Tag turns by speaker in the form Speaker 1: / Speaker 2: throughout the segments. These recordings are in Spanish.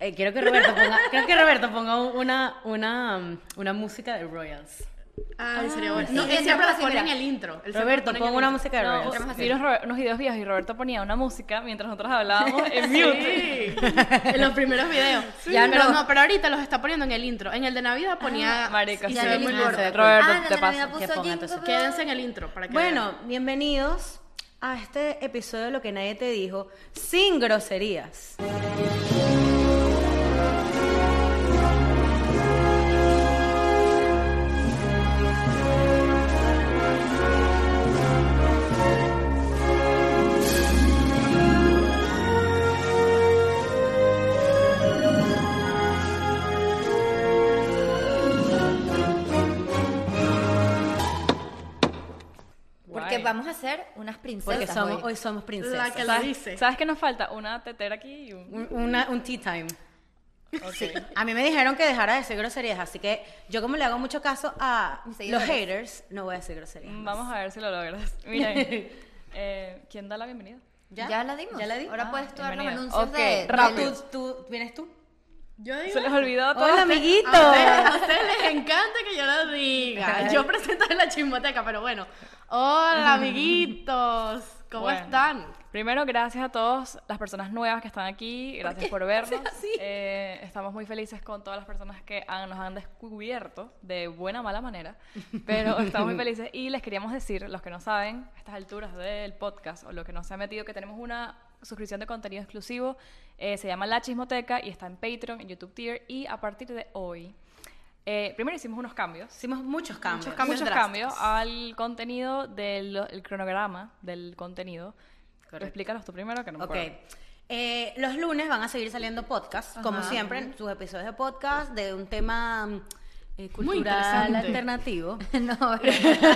Speaker 1: Eh, quiero que Roberto ponga, creo que Roberto ponga una, una, um, una música de Royals.
Speaker 2: Ay, Ah, sería bueno.
Speaker 3: Ah, sí.
Speaker 2: No,
Speaker 3: Él
Speaker 2: él siempre
Speaker 3: siempre
Speaker 2: la
Speaker 3: hace
Speaker 2: pone en
Speaker 3: mira.
Speaker 2: el intro. Él siempre
Speaker 1: Roberto,
Speaker 2: pone en el
Speaker 1: pon una
Speaker 2: intro.
Speaker 1: música de
Speaker 3: No,
Speaker 1: Royals.
Speaker 3: vi unos, ro- unos videos viejos y Roberto ponía una música mientras nosotros hablábamos en mute.
Speaker 2: Sí, en los primeros videos.
Speaker 1: Ya
Speaker 2: pero
Speaker 1: no.
Speaker 2: no. pero ahorita los está poniendo en el intro. En el de Navidad ponía.
Speaker 3: Ah, Marica,
Speaker 2: y
Speaker 3: sí.
Speaker 2: se ve muy
Speaker 1: Ah,
Speaker 2: gordo.
Speaker 1: se ve
Speaker 3: Roberto,
Speaker 4: Ah,
Speaker 3: te
Speaker 4: la
Speaker 3: pasa.
Speaker 4: Navidad
Speaker 1: Que
Speaker 4: puso
Speaker 1: ponga,
Speaker 4: Jingle
Speaker 1: entonces.
Speaker 4: Bell.
Speaker 2: Quédense en el intro para que
Speaker 1: Bueno, bienvenidos a este episodio de Lo que nadie te dijo, sin groserías.
Speaker 4: Porque
Speaker 3: Guay.
Speaker 4: vamos a ser unas princesas.
Speaker 1: Porque somos,
Speaker 4: hoy.
Speaker 1: hoy somos
Speaker 2: vean. La que
Speaker 1: princesas.
Speaker 2: lo dice.
Speaker 3: ¿Sabes qué nos falta? Una tetera aquí y un...
Speaker 1: Un- Una, un tea time.
Speaker 3: Ok.
Speaker 1: A mí me dijeron que dejara de decir groserías, así que yo como le hago mucho caso a los
Speaker 4: Mis seguidores.
Speaker 1: haters, no voy a decir groserías.
Speaker 3: Mm, Vamos a ver si lo logras. Miren, eh, ¿quién da la bienvenida?
Speaker 4: ¿Ya? la dimos.
Speaker 1: ¿Ya la di?
Speaker 4: Ahora
Speaker 1: Ah, Eh,
Speaker 4: puedes tú dar los
Speaker 3: bienvenido.
Speaker 4: anuncios
Speaker 3: Ok,
Speaker 4: de.
Speaker 3: rápido.
Speaker 4: de-
Speaker 1: ¿Tú, tú- vienes tú?
Speaker 2: Yo digo.
Speaker 3: Se les olvidó a todos.
Speaker 1: Hola, Ah,
Speaker 3: ustedes.
Speaker 1: amiguito.
Speaker 2: A ustedes, a ustedes les encanta que yo lo diga. Yo presento en la chismoteca, pero bueno. Hola, amiguitos. ¿Cómo
Speaker 3: Bueno.
Speaker 2: están?
Speaker 3: Primero, gracias a todas las personas nuevas que están aquí. Gracias por vernos. Eh, estamos muy felices con todas las personas que han- nos han descubierto de buena o mala manera. Pero estamos muy felices. Y les queríamos decir, los que no saben, a estas alturas del podcast o lo que no se ha metido, que tenemos una suscripción de contenido exclusivo. Eh, se llama La Chismoteca y está en Patreon, en YouTube Tier. Y a partir de hoy, eh, primero hicimos unos cambios
Speaker 1: Hicimos muchos cambios.
Speaker 2: Muchos cambios.
Speaker 3: muchos
Speaker 2: drásticos.
Speaker 3: cambios al contenido del el cronograma del contenido.
Speaker 1: Correcto.
Speaker 3: Explícanos tú primero que no me
Speaker 1: Ok.
Speaker 3: acuerdo.
Speaker 1: Eh, los lunes van a seguir saliendo podcasts, como siempre, en sus episodios de podcast de un tema mm, eh, cultural
Speaker 2: interesante.
Speaker 1: alternativo.
Speaker 4: No,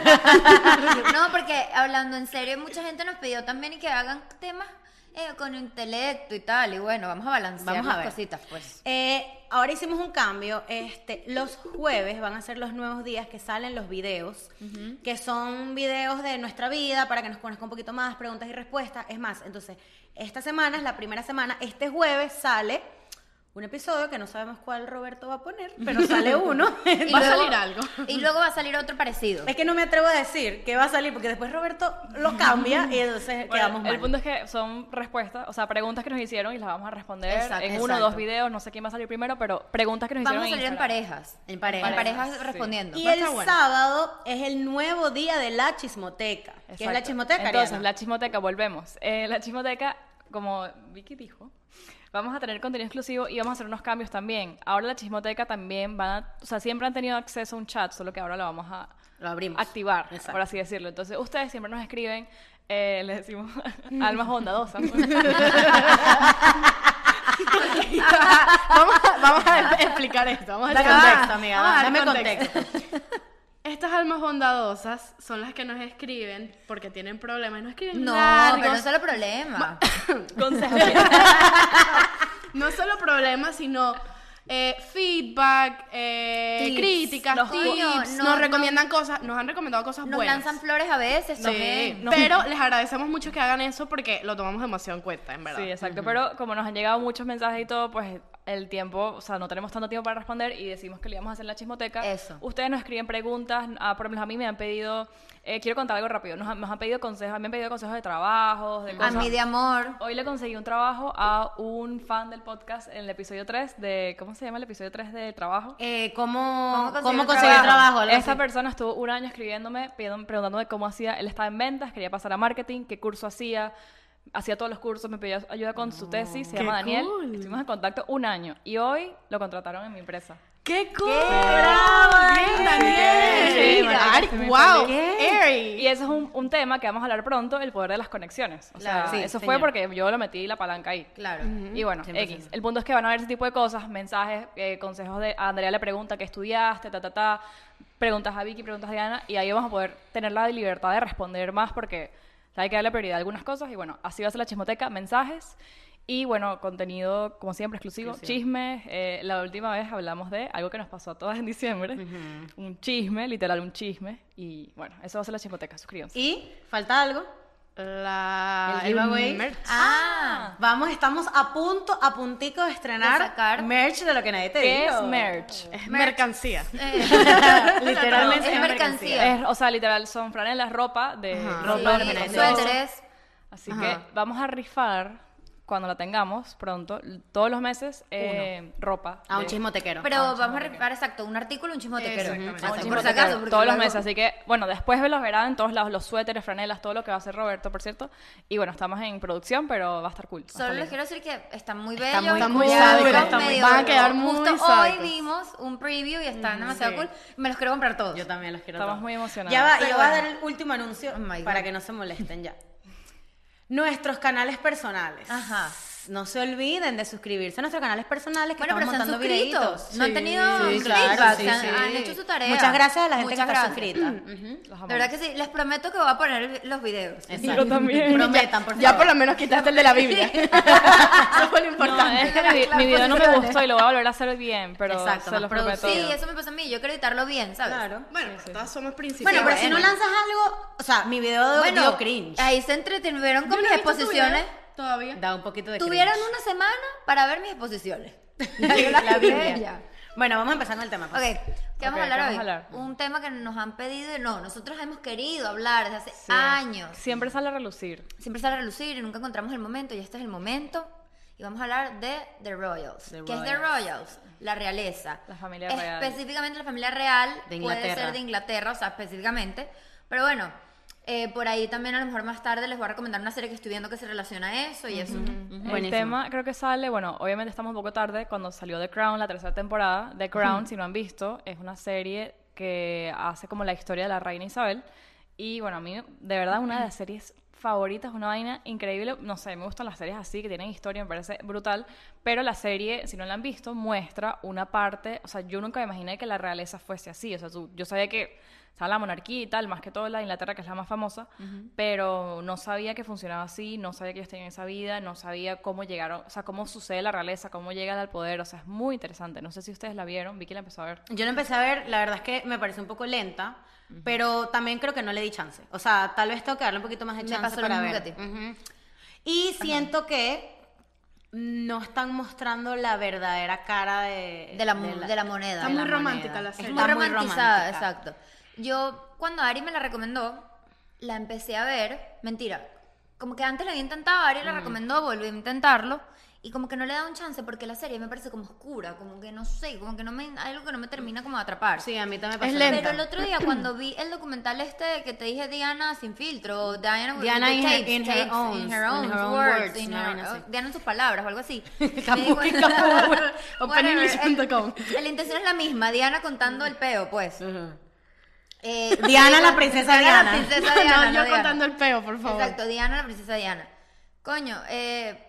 Speaker 4: no, porque hablando en serio, mucha gente nos pidió también y que hagan temas eh, con intelecto y tal. Y bueno, vamos a balancear
Speaker 1: Vamos a
Speaker 4: las
Speaker 1: ver.
Speaker 4: cositas, pues.
Speaker 1: Eh, ahora hicimos un cambio. Este, los jueves van a ser los nuevos días que salen los videos, que son videos de nuestra vida para que nos conozca un poquito más, preguntas y respuestas. Es más, entonces, esta semana es la primera semana. Este jueves sale un episodio que no sabemos cuál Roberto va a poner, pero sale uno.
Speaker 4: Y
Speaker 2: Va a
Speaker 4: luego-
Speaker 2: salir algo.
Speaker 4: Y luego va a salir otro parecido.
Speaker 1: es que no me atrevo a decir que va a salir porque después Roberto lo cambia y entonces
Speaker 3: Bueno,
Speaker 1: quedamos mal.
Speaker 3: el punto es que son respuestas, o sea, preguntas que nos hicieron y las vamos a responder
Speaker 2: Exacto,
Speaker 3: en uno o
Speaker 2: exacto.
Speaker 3: dos videos, no sé quién va a salir primero, pero preguntas que nos
Speaker 4: Vamos a
Speaker 3: hicieron
Speaker 4: salir en
Speaker 3: Instagram.
Speaker 4: parejas.
Speaker 1: En parejas.
Speaker 4: En parejas
Speaker 3: Sí.
Speaker 4: respondiendo. Pues,
Speaker 1: y
Speaker 2: Va a
Speaker 1: el
Speaker 2: estar bueno.
Speaker 1: sábado es el nuevo día de la chismoteca. que es la
Speaker 3: Exacto.
Speaker 1: chismoteca?
Speaker 3: Entonces,
Speaker 1: Ariana?
Speaker 3: la chismoteca, volvemos. Eh, la chismoteca, como Vicky dijo, vamos a tener contenido exclusivo y vamos a hacer unos cambios también. Ahora la chismoteca también van a, o sea, siempre han tenido acceso a un chat, solo que ahora lo vamos a
Speaker 1: Lo abrimos.
Speaker 3: activar,
Speaker 1: Exacto.
Speaker 3: por así decirlo. Entonces, ustedes siempre nos escriben, eh, le decimos almas bondadosas.
Speaker 2: vamos, a, vamos a explicar esto. Vamos a
Speaker 1: Dame
Speaker 2: explicar.
Speaker 1: contexto, amiga,
Speaker 2: Vamos a dar
Speaker 1: dame contexto.
Speaker 2: Estas almas bondadosas son las que nos escriben porque tienen problemas. No escriben
Speaker 4: No,
Speaker 2: largos,
Speaker 4: pero no es solo problema.
Speaker 3: Consejos.
Speaker 2: no solo problemas, sino eh, feedback, eh,
Speaker 4: Tips.
Speaker 2: críticas,
Speaker 4: Nos-
Speaker 2: tips,
Speaker 4: Coño,
Speaker 2: nos,
Speaker 4: no, no.
Speaker 2: recomiendan cosas, nos han recomendado cosas
Speaker 4: Nos
Speaker 2: buenas.
Speaker 4: lanzan flores a veces
Speaker 2: Sí,
Speaker 4: también.
Speaker 3: no.
Speaker 2: pero les agradecemos mucho que hagan eso porque lo tomamos demasiado en cuenta, en verdad.
Speaker 3: Sí, exacto. Pero como nos han llegado muchos mensajes y todo, pues el tiempo, o sea, no tenemos tanto tiempo para responder y decimos que lo íbamos a hacer en la chismoteca.
Speaker 4: Eso.
Speaker 3: Ustedes nos escriben preguntas. ah, por ejemplo, a mí me han pedido, eh, quiero contar algo rápido. Nos, han- nos han pedido consejos, me han pedido consejos de trabajos, de
Speaker 4: A
Speaker 3: cosas.
Speaker 4: mí de amor.
Speaker 3: Hoy le conseguí un trabajo a un fan del podcast en el episodio 3 de, ¿cómo se llama el episodio 3 de trabajo?
Speaker 1: Eh, ¿cómo,
Speaker 4: ¿Cómo
Speaker 1: ¿Cómo
Speaker 4: conseguir
Speaker 1: conseguir trabajo?
Speaker 4: trabajo?
Speaker 1: Algo
Speaker 3: Esa
Speaker 1: así.
Speaker 3: persona estuvo un año escribiéndome, pidiendo- preguntándome cómo hacía. Él estaba en ventas, quería pasar a marketing, qué curso hacía. Hacía todos los cursos, me pidió ayuda con su tesis, se
Speaker 2: Qué
Speaker 3: llama Daniel.
Speaker 2: cool.
Speaker 3: Estuvimos en contacto un año y hoy lo contrataron en mi empresa.
Speaker 2: ¡Qué cool!
Speaker 1: bravo,
Speaker 2: ¡Bien,
Speaker 1: Daniel!
Speaker 3: Sí,
Speaker 2: Daniel!
Speaker 3: marica,
Speaker 2: Ari-
Speaker 3: estoy muy
Speaker 2: ¡Wow!
Speaker 3: feliz.
Speaker 2: Eri.
Speaker 3: Y eso es un, un tema que vamos a hablar pronto, el poder de las conexiones. O sea,
Speaker 1: Claro, sí,
Speaker 3: eso
Speaker 1: señor.
Speaker 3: fue porque yo lo metí la palanca ahí.
Speaker 4: Claro.
Speaker 3: Y bueno,
Speaker 1: 100%.
Speaker 3: X. El punto es que van a ver ese tipo de cosas, mensajes, eh, consejos de a Andrea le pregunta qué estudiaste, ta, ta, ta, preguntas a Vicky, preguntas a Diana, y ahí vamos a poder tener la libertad de responder más porque o sea, hay que darle prioridad a algunas cosas. Y bueno, así va a ser la chismoteca, mensajes y bueno, contenido como siempre exclusivo, chismes. Eh, la última vez hablamos de algo que nos pasó a todas en diciembre, un chisme, literal un chisme. Y bueno, eso va a ser la chismoteca, suscríbanse.
Speaker 1: ¿Y falta algo?
Speaker 2: La...
Speaker 1: El
Speaker 2: el
Speaker 1: giveaway.
Speaker 2: merch.
Speaker 4: Ah,
Speaker 1: Vamos, estamos a punto, a puntico de estrenar
Speaker 4: De sacar.
Speaker 1: merch de lo que nadie te
Speaker 3: ¿Qué es
Speaker 1: dijo.
Speaker 3: merch?
Speaker 2: Es mercancía.
Speaker 4: Eh,
Speaker 1: Literalmente
Speaker 4: es
Speaker 1: es
Speaker 4: mercancía.
Speaker 3: Es, o sea, literal, son franelas, ropa de...
Speaker 1: Ajá.
Speaker 4: Sí,
Speaker 1: Ropa de los
Speaker 4: sí,
Speaker 1: venezolanos.
Speaker 4: suéteres.
Speaker 3: Así
Speaker 1: Ajá.
Speaker 3: que vamos a rifar, cuando la tengamos pronto, l- todos los meses, eh, ropa.
Speaker 1: A Ah, un
Speaker 3: de-
Speaker 1: chismotequero.
Speaker 4: Pero vamos a rifar, exacto, un artículo, un chismotequero.
Speaker 2: Exactamente.
Speaker 4: Así,
Speaker 3: a Ah, un
Speaker 4: por si
Speaker 3: chismotequero
Speaker 4: acaso, porque
Speaker 3: todos los
Speaker 4: luego-
Speaker 3: meses, así que bueno, después los verán en todos lados, los suéteres, franelas, todo lo que va a hacer Roberto, por cierto. Y bueno, estamos en producción, pero va a estar cool. va a
Speaker 4: Solo
Speaker 3: estar
Speaker 4: les
Speaker 3: lindo.
Speaker 4: quiero decir que están muy bellos.
Speaker 1: Están muy
Speaker 4: están
Speaker 1: cool.
Speaker 4: sádicos,
Speaker 1: Están muy-
Speaker 4: medio-
Speaker 2: van a quedar muy
Speaker 4: Justo hoy
Speaker 2: sádicos.
Speaker 4: vimos un preview y están demasiado
Speaker 1: sí.
Speaker 4: cool. Me los quiero comprar todos.
Speaker 1: Yo también los quiero
Speaker 3: Estamos
Speaker 1: todos.
Speaker 3: muy emocionados.
Speaker 1: Ya va,
Speaker 4: Pero
Speaker 1: ya va a
Speaker 4: bueno.
Speaker 1: dar el último anuncio
Speaker 4: Oh my God.
Speaker 1: para que no se molesten ya. Nuestros canales personales.
Speaker 3: Ah.
Speaker 4: Ajá.
Speaker 1: No se olviden de suscribirse a nuestros canales personales que
Speaker 4: Bueno, pero
Speaker 1: estamos
Speaker 4: están
Speaker 1: montando
Speaker 4: suscritos.
Speaker 1: videitos.
Speaker 4: No han tenido
Speaker 1: Sí,
Speaker 4: feedback,
Speaker 1: claro,
Speaker 4: o
Speaker 1: sí,
Speaker 4: sea,
Speaker 1: sí.
Speaker 4: han hecho su tarea.
Speaker 1: Muchas gracias a la gente
Speaker 4: Muchas
Speaker 1: que está
Speaker 4: gracias.
Speaker 1: suscrita. Ujú.
Speaker 3: Los
Speaker 4: De
Speaker 3: amamos.
Speaker 4: verdad que sí. Les prometo que voy a poner los videos.
Speaker 1: Exacto.
Speaker 3: Yo también.
Speaker 1: Prometan, por favor.
Speaker 2: Ya por lo menos quitaste el de la Biblia. Eso fue lo
Speaker 3: No,
Speaker 2: importante.
Speaker 3: es que mi, mi video no me gustó y lo voy a volver a hacer bien, pero
Speaker 1: Exacto,
Speaker 3: se los
Speaker 1: más
Speaker 3: prometo.
Speaker 4: Sí, eso me pasa a mí. Yo quiero editarlo bien, ¿sabes?
Speaker 1: Claro.
Speaker 2: Bueno, todas somos principios.
Speaker 1: Bueno, pero si no lanzas algo, o sea, mi video de
Speaker 4: Bueno,
Speaker 1: dio cringe.
Speaker 4: ahí se entretuvieron
Speaker 2: Yo
Speaker 4: con
Speaker 2: no
Speaker 4: mis
Speaker 2: he visto tu
Speaker 4: exposiciones.
Speaker 2: video Todavía.
Speaker 1: Da un poquito de
Speaker 4: Tuvieron
Speaker 1: cringe.
Speaker 4: una semana para ver mis exposiciones.
Speaker 1: La Biblia.
Speaker 4: Bella.
Speaker 1: Bueno, vamos a empezar con el tema.
Speaker 4: Ok,
Speaker 1: pues.
Speaker 4: ¿qué vamos
Speaker 3: Ok,
Speaker 4: a hablar
Speaker 3: ¿qué
Speaker 4: hoy?
Speaker 3: vamos a hablar?
Speaker 4: Un tema que nos han pedido y no, nosotros hemos querido hablar desde hace años.
Speaker 3: Siempre sale a relucir.
Speaker 4: Siempre sale a relucir y nunca encontramos el momento y este es el momento. Y vamos a hablar de The Royals.
Speaker 1: The
Speaker 4: ¿Qué es The Royals? La realeza.
Speaker 3: La familia real.
Speaker 4: Específicamente la familia real.
Speaker 1: De
Speaker 4: Puede
Speaker 1: Inglaterra.
Speaker 4: ser de Inglaterra, o sea, específicamente. Pero bueno, eh, por ahí también a lo mejor más tarde les voy a recomendar una serie que estoy viendo que se relaciona a eso y eso.
Speaker 3: El
Speaker 1: Buenísimo.
Speaker 3: tema creo que sale, bueno, obviamente estamos un poco tarde cuando salió The Crown, la tercera temporada. The Crown, si no han visto, es una serie que hace como la historia de la reina Isabel. Y bueno, a mí de verdad una de las series favoritas, una vaina increíble. No sé, me gustan las series así, que tienen historia, me parece brutal. Pero la serie, si no la han visto, muestra una parte, o sea, yo nunca me imaginé que la realeza fuese así. O sea, tú- yo sabía que estaba la monarquía y tal, más que todo la de Inglaterra, que es la más famosa, pero no sabía que funcionaba así, no sabía que ellos tenían esa vida, no sabía cómo llegaron, o sea, cómo sucede la realeza, cómo llegan al poder, o sea, es muy interesante. No sé si ustedes la vieron, Vicky la empezó a ver.
Speaker 1: Yo la empecé a ver, la verdad es que me pareció un poco lenta, pero también creo que no le di chance. O sea, tal vez tengo que darle un poquito más de
Speaker 4: Me
Speaker 1: chance
Speaker 4: pasó lo
Speaker 1: para
Speaker 4: mismo
Speaker 1: ver.
Speaker 4: que a ti.
Speaker 1: Ujú. Y siento que no están mostrando la verdadera cara de,
Speaker 4: De la, mo- de la moneda.
Speaker 2: Está
Speaker 4: de la
Speaker 2: muy romántica
Speaker 1: moneda.
Speaker 2: la
Speaker 1: Es
Speaker 2: serie.
Speaker 4: muy
Speaker 1: Está muy
Speaker 4: romantizada,
Speaker 1: romántica.
Speaker 4: exacto. Yo, cuando Ari me la recomendó, la empecé a ver. Mentira. Como que antes la había intentado, Ari
Speaker 2: Mm.
Speaker 4: la recomendó, volví a intentarlo. Y como que no le da un chance porque la serie me parece como oscura, como que no sé, como que no me, algo que no me termina como de atrapar.
Speaker 1: Sí, a mí también me pasó.
Speaker 2: lenta.
Speaker 4: Pero el otro día cuando vi el documental este que te dije Diana sin filtro, o Diana, with
Speaker 1: Diana
Speaker 4: the
Speaker 1: in her- in her
Speaker 4: tapes,
Speaker 1: own-
Speaker 4: in her
Speaker 1: in
Speaker 4: own
Speaker 1: her own
Speaker 4: words,
Speaker 1: words,
Speaker 4: in
Speaker 1: una
Speaker 4: her-
Speaker 1: vaina así.
Speaker 4: Diana en sus palabras o algo así.
Speaker 1: Capu-
Speaker 4: Me di cuenta-
Speaker 1: Capu-
Speaker 4: whatever.
Speaker 2: OpenEnglish.com.
Speaker 4: Eh, La intención es la misma, Diana contando el peo, pues. Eh,
Speaker 1: Diana, la princesa Diana.
Speaker 4: Diana, la princesa
Speaker 2: No, yo
Speaker 4: Diana, no Diana.
Speaker 2: contando el peo, por favor.
Speaker 4: Exacto, Diana, la princesa Diana. Coño, eh,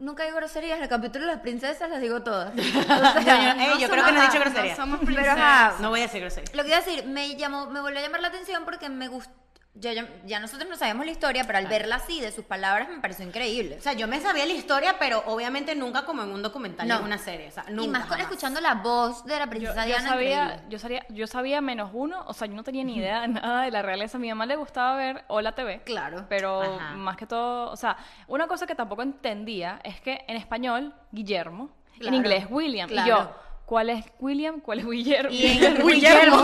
Speaker 4: nunca digo groserías. En el capítulo de las princesas las digo todas. O sea,
Speaker 1: Yo- yo- eh, yo creo que no he
Speaker 4: somos-
Speaker 1: dicho
Speaker 4: ajá,
Speaker 1: grosería.
Speaker 4: no somos
Speaker 2: Pero,
Speaker 4: princesas.
Speaker 2: ajá.
Speaker 1: No voy a decir grosería.
Speaker 4: Lo que iba a decir, me llamó, me volvió a llamar la atención porque me gustó. Ya, ya, ya nosotros no sabemos la historia, pero al verla así, de sus palabras, me pareció increíble.
Speaker 1: O sea, yo me sabía la historia, pero obviamente nunca como en un documental
Speaker 4: No.
Speaker 1: en una serie. O sea, nunca.
Speaker 4: y más con
Speaker 1: jamás.
Speaker 4: escuchando la voz de la
Speaker 3: Yo,
Speaker 4: princesa
Speaker 3: yo
Speaker 4: Diana.
Speaker 3: sabía,
Speaker 4: increíble.
Speaker 3: yo, sabía, yo sabía menos uno, o sea, yo no tenía ni idea de nada de la realeza. A mi mamá le gustaba ver Hola TV.
Speaker 4: Claro.
Speaker 3: Pero
Speaker 1: Ajá.
Speaker 3: más que todo, o sea, una cosa que tampoco entendía es que en español, Guillermo, en
Speaker 4: Claro.
Speaker 3: inglés, William. Y yo,
Speaker 4: Claro.
Speaker 3: ¿cuál es William? ¿Cuál es Guillermo?
Speaker 1: Y en Guillermo.
Speaker 3: Guillermo.